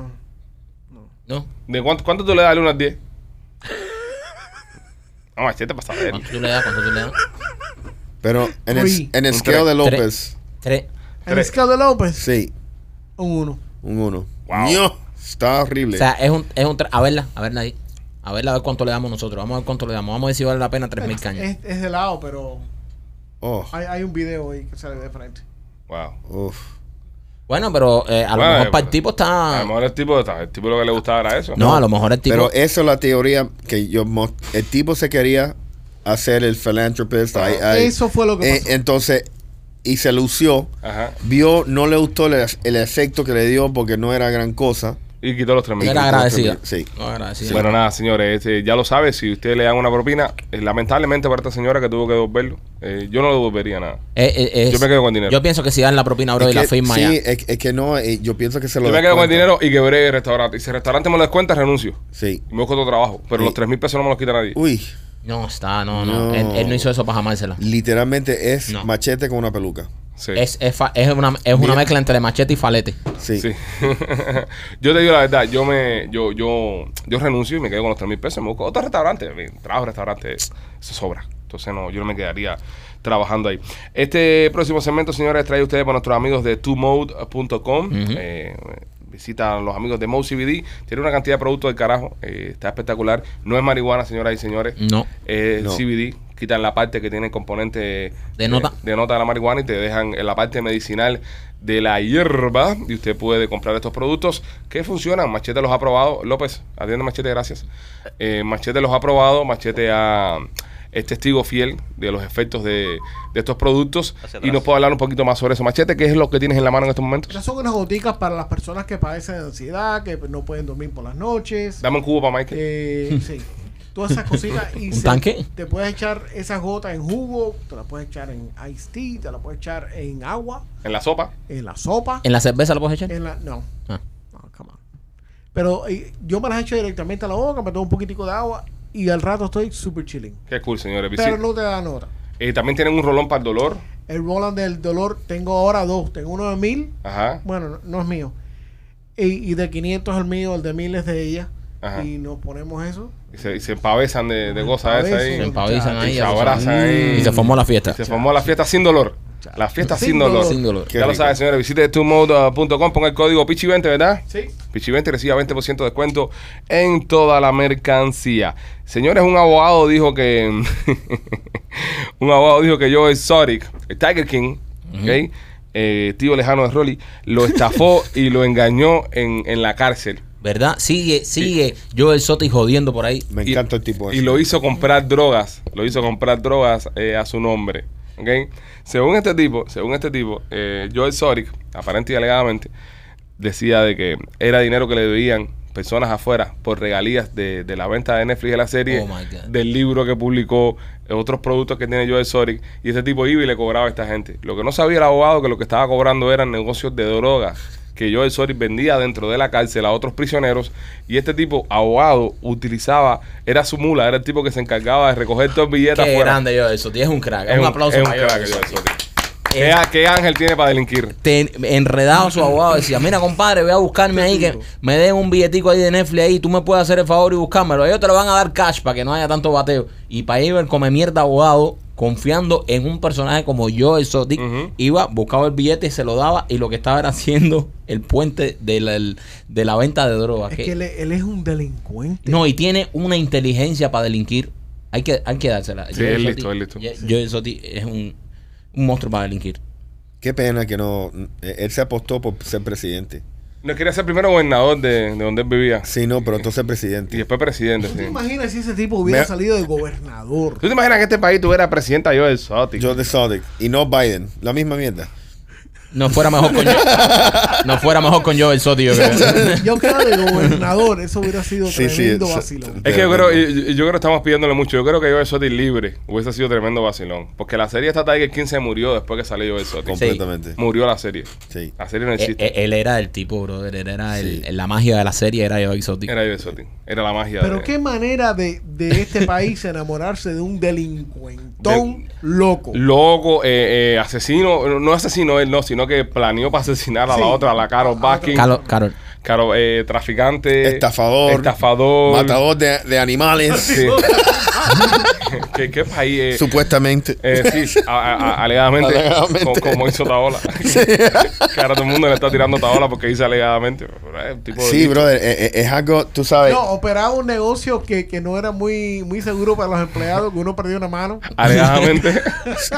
¿no? ¿De cuánto, cuánto tú le das al 1 al 10? No, machete para saber. ¿Cuánto tú le das? ¿Cuánto tú le das? Pero en el, Uy. en el Un scale tres. de López, Tres. Tres. El Tres. escaldo de López, sí, un uno. un 1. Wow. está horrible. O sea, es un, es un tres. A verla, a verla ahí. A verla, a ver cuánto le damos nosotros. Vamos a ver cuánto le damos. Vamos a ver si vale la pena tres mil Es- cañas. Es, es de lado, pero Oh, hay, hay un video ahí que sale de frente. Wow. uf. Bueno, pero eh, a lo Bueno, mejor para el pero- tipo pues, A está. lo mejor el tipo, el tipo lo que le gustaba era eso. No, a lo mejor el tipo. Pero eh, esa es la teoría que yo... mo- El tipo se quería hacer el philanthropist. ahí- ahí. Ah, Eso fue lo que Eh, pasó. entonces, y se lució. Ajá. Vio, no le gustó el, el efecto que le dio porque no era gran cosa. Y quitó los 3 No mil. era agradecida. Sí. No era agradecida. Bueno, nada, señores, este, ya lo sabe, si ustedes le dan una propina, eh, lamentablemente para esta señora que tuvo que devolverlo, eh, yo no le devolvería nada. Eh, eh, es- Yo me quedo con dinero. Yo pienso que si dan la propina, bro, Es y la que- firma sí, ya. Es, es que no, eh, yo pienso que se lo Yo me quedo con el descuentan. dinero y quebré el restaurante. Y si el restaurante me lo descuenta, renuncio. Sí. Y me busco otro trabajo. Pero Sí. los 3 mil pesos no me los quita nadie. Uy, No, está, no, no. No. Él, él no hizo eso para jamársela. literalmente es No. machete con una peluca. Sí. Es, es, fa- es una, es una Mira. mezcla entre machete y falete. Sí. Sí. yo te digo la verdad, yo me, yo, yo, yo renuncio y me quedo con los 3 mil pesos. Me busco otro restaurante. Mi trabajo en restaurante eso sobra. Entonces no, yo no me quedaría trabajando ahí. Este próximo segmento, señores, trae ustedes para nuestros amigos de twomode.com. Eh, Visita a los amigos de Mode CBD. Tiene una cantidad de productos del carajo. eh, está espectacular. No es marihuana, señoras y señores. No. Es No. CBD. Quitan la parte que tiene el componente eh, De nota. de nota de la marihuana y te dejan en la parte medicinal de la hierba y usted puede comprar estos productos que funcionan. Machete los ha probado. López, atiende Machete, gracias. Eh, Machete los ha probado. Machete ha- es testigo fiel de los efectos de, de estos productos Hacia y atrás. nos puede hablar un poquito más sobre eso. Machete, ¿qué es lo que tienes en la mano en estos momentos? Estas son unas goticas para las personas que padecen de ansiedad, que no pueden dormir por las noches. Dame un cubo para Michael. Eh, sí. Todas esas cositas. Y ¿Un se- tanque? Te puedes echar esas gotas en jugo, te las puedes echar en iced tea, te las puedes echar en agua, En la sopa. en la sopa. ¿En la cerveza lo puedes echar? En la, no, Ah. no, come on. Pero eh, yo me las echo directamente a la boca, me tomo un poquitico de agua y al rato estoy super chilling. Qué cool, señores. Pero Visi- no te da nota. eh, también tienen un rolón para el dolor. El Roland del dolor, tengo ahora dos. Tengo uno de mil, Ajá. bueno, no, no es mío. Y, y de 500 es el mío, el de mil es de ella. Ajá. Y nos ponemos eso. Y se, y se empavesan de, de cosas esas ahí. Se Se empavisan Ya, ahí. y se ya tú sabes. abrazan ahí. Y se formó la fiesta. Se formó la fiesta sin dolor. La fiesta sin, Sin dolor. dolor. Sin dolor. Qué ya lo rico. sabes, señores. Visite tumode.com, ponga el código Pichi20, ¿verdad? Sí. Pichi20 y reciba 20% de descuento en toda la mercancía. Señores, un abogado dijo que. un abogado dijo que Joe Exotic, el Tiger King, ¿ok? Eh, tío lejano de Rolly, lo estafó y lo engañó en, en la cárcel. ¿Verdad? Sigue, sigue Joel Soto y jodiendo por ahí. Me Y- encanta el tipo Y ese. lo hizo comprar drogas. Lo hizo comprar drogas eh, a su nombre. ¿ok? Según este tipo, según este tipo, eh, Joel Soric, aparente y alegadamente, decía de que era dinero que le debían personas afuera por regalías de, de la venta de Netflix de la serie, Oh, my God. del libro que publicó, eh, otros productos que tiene Joel Soric, y este tipo iba y le cobraba a esta gente. Lo que no sabía el abogado que lo que estaba cobrando eran negocios de drogas que Joel Soric vendía dentro de la cárcel a otros prisioneros y este tipo, abogado, utilizaba, era su mula, era el tipo que se encargaba de recoger todos los billetes Qué afuera. grande Joel Soto. Es un crack. Es un, aplauso es un para Joel crack, Soto. Joel Soric. ¿Qué, Es- qué ángel tiene para delinquir? te- enredado su abogado decía mira compadre ve a buscarme ahí que me den un billetico ahí de Netflix ahí tú me puedes hacer el favor y buscármelo ellos te lo van a dar cash para que no haya tanto bateo y para ello el come mierda abogado confiando en un personaje como yo el Sotic Ujú. iba buscaba el billete y se lo daba y lo que estaba era haciendo el puente de la, el- de la venta de drogas Es que- que él, él es un delincuente. no y tiene una inteligencia para delinquir hay que, hay que dársela Sí, Joel es Sotic- listo, es listo. Ye- Joel Sotic es un, un monstruo para delinquir Qué pena que no. eh, Él se apostó por ser presidente. No quería ser primero gobernador de, de donde él vivía Sí, no, pero entonces y presidente. después presidente. ¿Tú te sí. imaginas si ese tipo hubiera Me- salido de gobernador? ¿Tú te imaginas que este país tuviera presidenta Joel Soric? Yo de Sodic y no Biden. La misma mierda. No fuera mejor con yo. no fuera mejor con yo el Soti, yo creo. Yo creo de gobernador, eso hubiera sido Sí, sí, tremendo eso- vacilón. Es que yo creo, yo, yo creo que estamos pidiéndole mucho. Yo creo que Joel Sotis libre hubiese sido tremendo vacilón. Porque la serie esta Tiger King se murió después que salió Joel Sotis. Sí. Completamente. Murió la serie. Sí. La serie no Eh, existe. eh, él era el tipo, brother. Él era el- Sí. la magia de la serie, era yo Soti. Era Joel Sotis. Era la magia Pero de- qué manera de, de este país enamorarse de un delincuentón loco. Loco, eh, eh, asesino, no asesino él, no, sino que planeó para asesinar a Sí. la otra, a la Carol A- a Baskin. otra. Carol, Carol. Caro, eh, traficante. Estafador. Estafador. Matador de, de animales, Sí. ¿Qué, qué país? eh? supuestamente. Eh, sí, a- a- a- alegadamente, Alegadamente. co- Como, hizo Taola. que ahora todo el mundo le está tirando Taola porque dice alegadamente. pero es un tipo de Sí, bicho. brother, eh, eh, es algo, tú sabes. No, operaba un negocio que, que no era muy, muy seguro para los empleados, que uno perdió una mano. Alegadamente.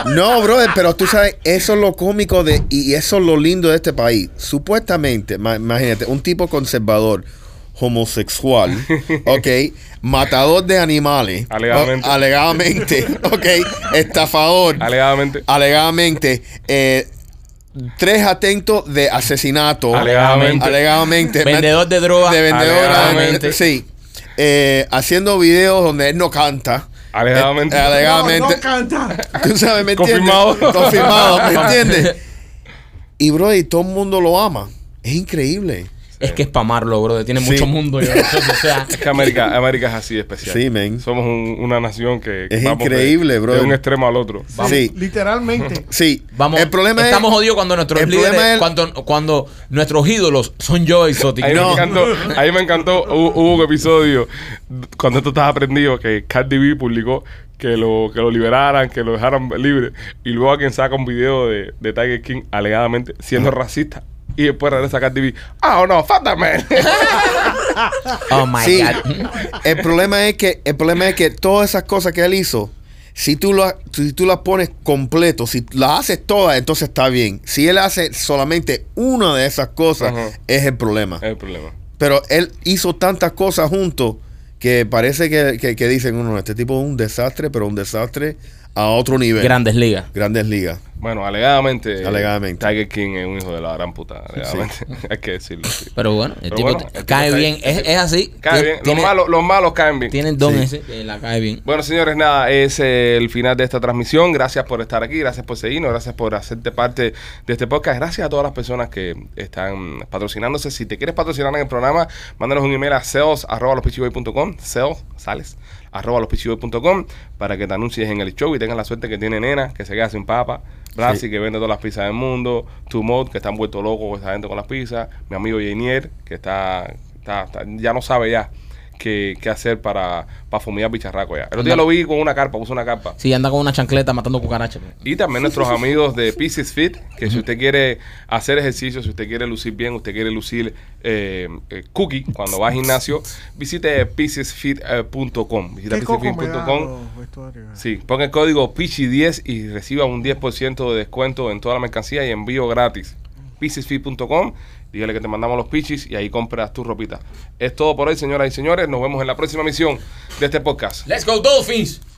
No, brother, pero tú sabes, eso es lo cómico de y eso es lo lindo de este país. Supuestamente, ma- imagínate, un tipo conservador, homosexual, ok, matador de animales, Alegadamente. o- alegadamente, ok, estafador, alegadamente. alegadamente, eh, tres atentos de asesinato, Alegadamente. alegadamente, Vendedor de droga. de vendedora, Alegadamente. sí, Eh, haciendo videos donde él no canta. Alegadamente. Eh, No, alegadamente. no canta. Tú sabes, ¿me entiendes? Confirmado. Confirmado, ¿me entiendes? Y, bro, y todo el mundo lo ama. Es increíble. Es que es pa' amarlo, brother. Tiene Sí. mucho mundo. yo, o sea, Es que América, América es así de especial. Sí, man. Somos un- una nación que. Es vamos de- increíble, de, brother. un extremo al otro. Sí, Literalmente. sí. Vamos, el problema estamos es... jodidos cuando nuestros el líderes, problema es- cuando, cuando nuestros ídolos son yo y Soti. Ahí, me No. encantó, ahí me encantó. Hubo, hubo un episodio cuando esto estaba aprendido que Cardi B publicó que lo, que lo liberaran, que lo dejaran libre. Y luego alguien saca un video de, de Tiger King alegadamente siendo racista. Y después regresa Cardi B. Oh no, fátame. Oh my sí. God. El problema es que el problema es que todas esas cosas que él hizo, si tú las si tú las pones completo, si las haces todas, entonces está bien. Si él hace solamente una de esas cosas, Ajá. es el problema. Eh. el problema. Pero él hizo tantas cosas juntos que parece que, que- que dicen, uno, este tipo es un desastre, pero un desastre a otro nivel. Grandes ligas. Grandes ligas. Bueno, alegadamente. Alegadamente. Tiger King es un hijo de la gran puta. Alegadamente. Hay que decirlo. sí. Pero bueno, el Pero tipo bueno, te- el tipo cae está ahí. bien. Es, es así. Cae Tien- bien. Los tiene- malos, los malos caen bien. Tiene el don ese que la cae bien. Bueno, señores, nada, es eh, el final de esta transmisión. Gracias por estar aquí, gracias por seguirnos, gracias por hacerte parte de este podcast. Gracias a todas las personas que están patrocinándose. Si te quieres patrocinar en el programa, mándanos un email a sales arroba lospitchyboy.com, sales, sales, arroba lospitchyboy.com, para que te anuncies en el show y tengas la suerte que tiene Nena, que se queda sin papa, Rassi, que vende todas las pizzas del mundo, Tumod, que están vuelto locos esta gente con las pizzas, mi amigo Janier, que está, está- está- ya no sabe ya que, que hacer para, para fumigar bicharraco ya. El otro día Anda. lo vi con una carpa, puso una carpa. Sí, anda con una chancleta matando cucarachas. Y también nuestros amigos de Pieces Fit, que si usted quiere hacer ejercicio, si usted quiere lucir bien, usted quiere lucir eh, eh, cookie cuando va al gimnasio, visite piecesfit.com. Visita Qué coco me dan piecesfit.com. los vestuarios. Sí, ponga el código PICHI10 y reciba un 10% de descuento en toda la mercancía y envío gratis. PichesFit.com, dígale que te mandamos los pichis y ahí compras tu ropita. Es todo por hoy, señoras y señores. Nos vemos en la próxima misión de este podcast. Let's go Dolphins.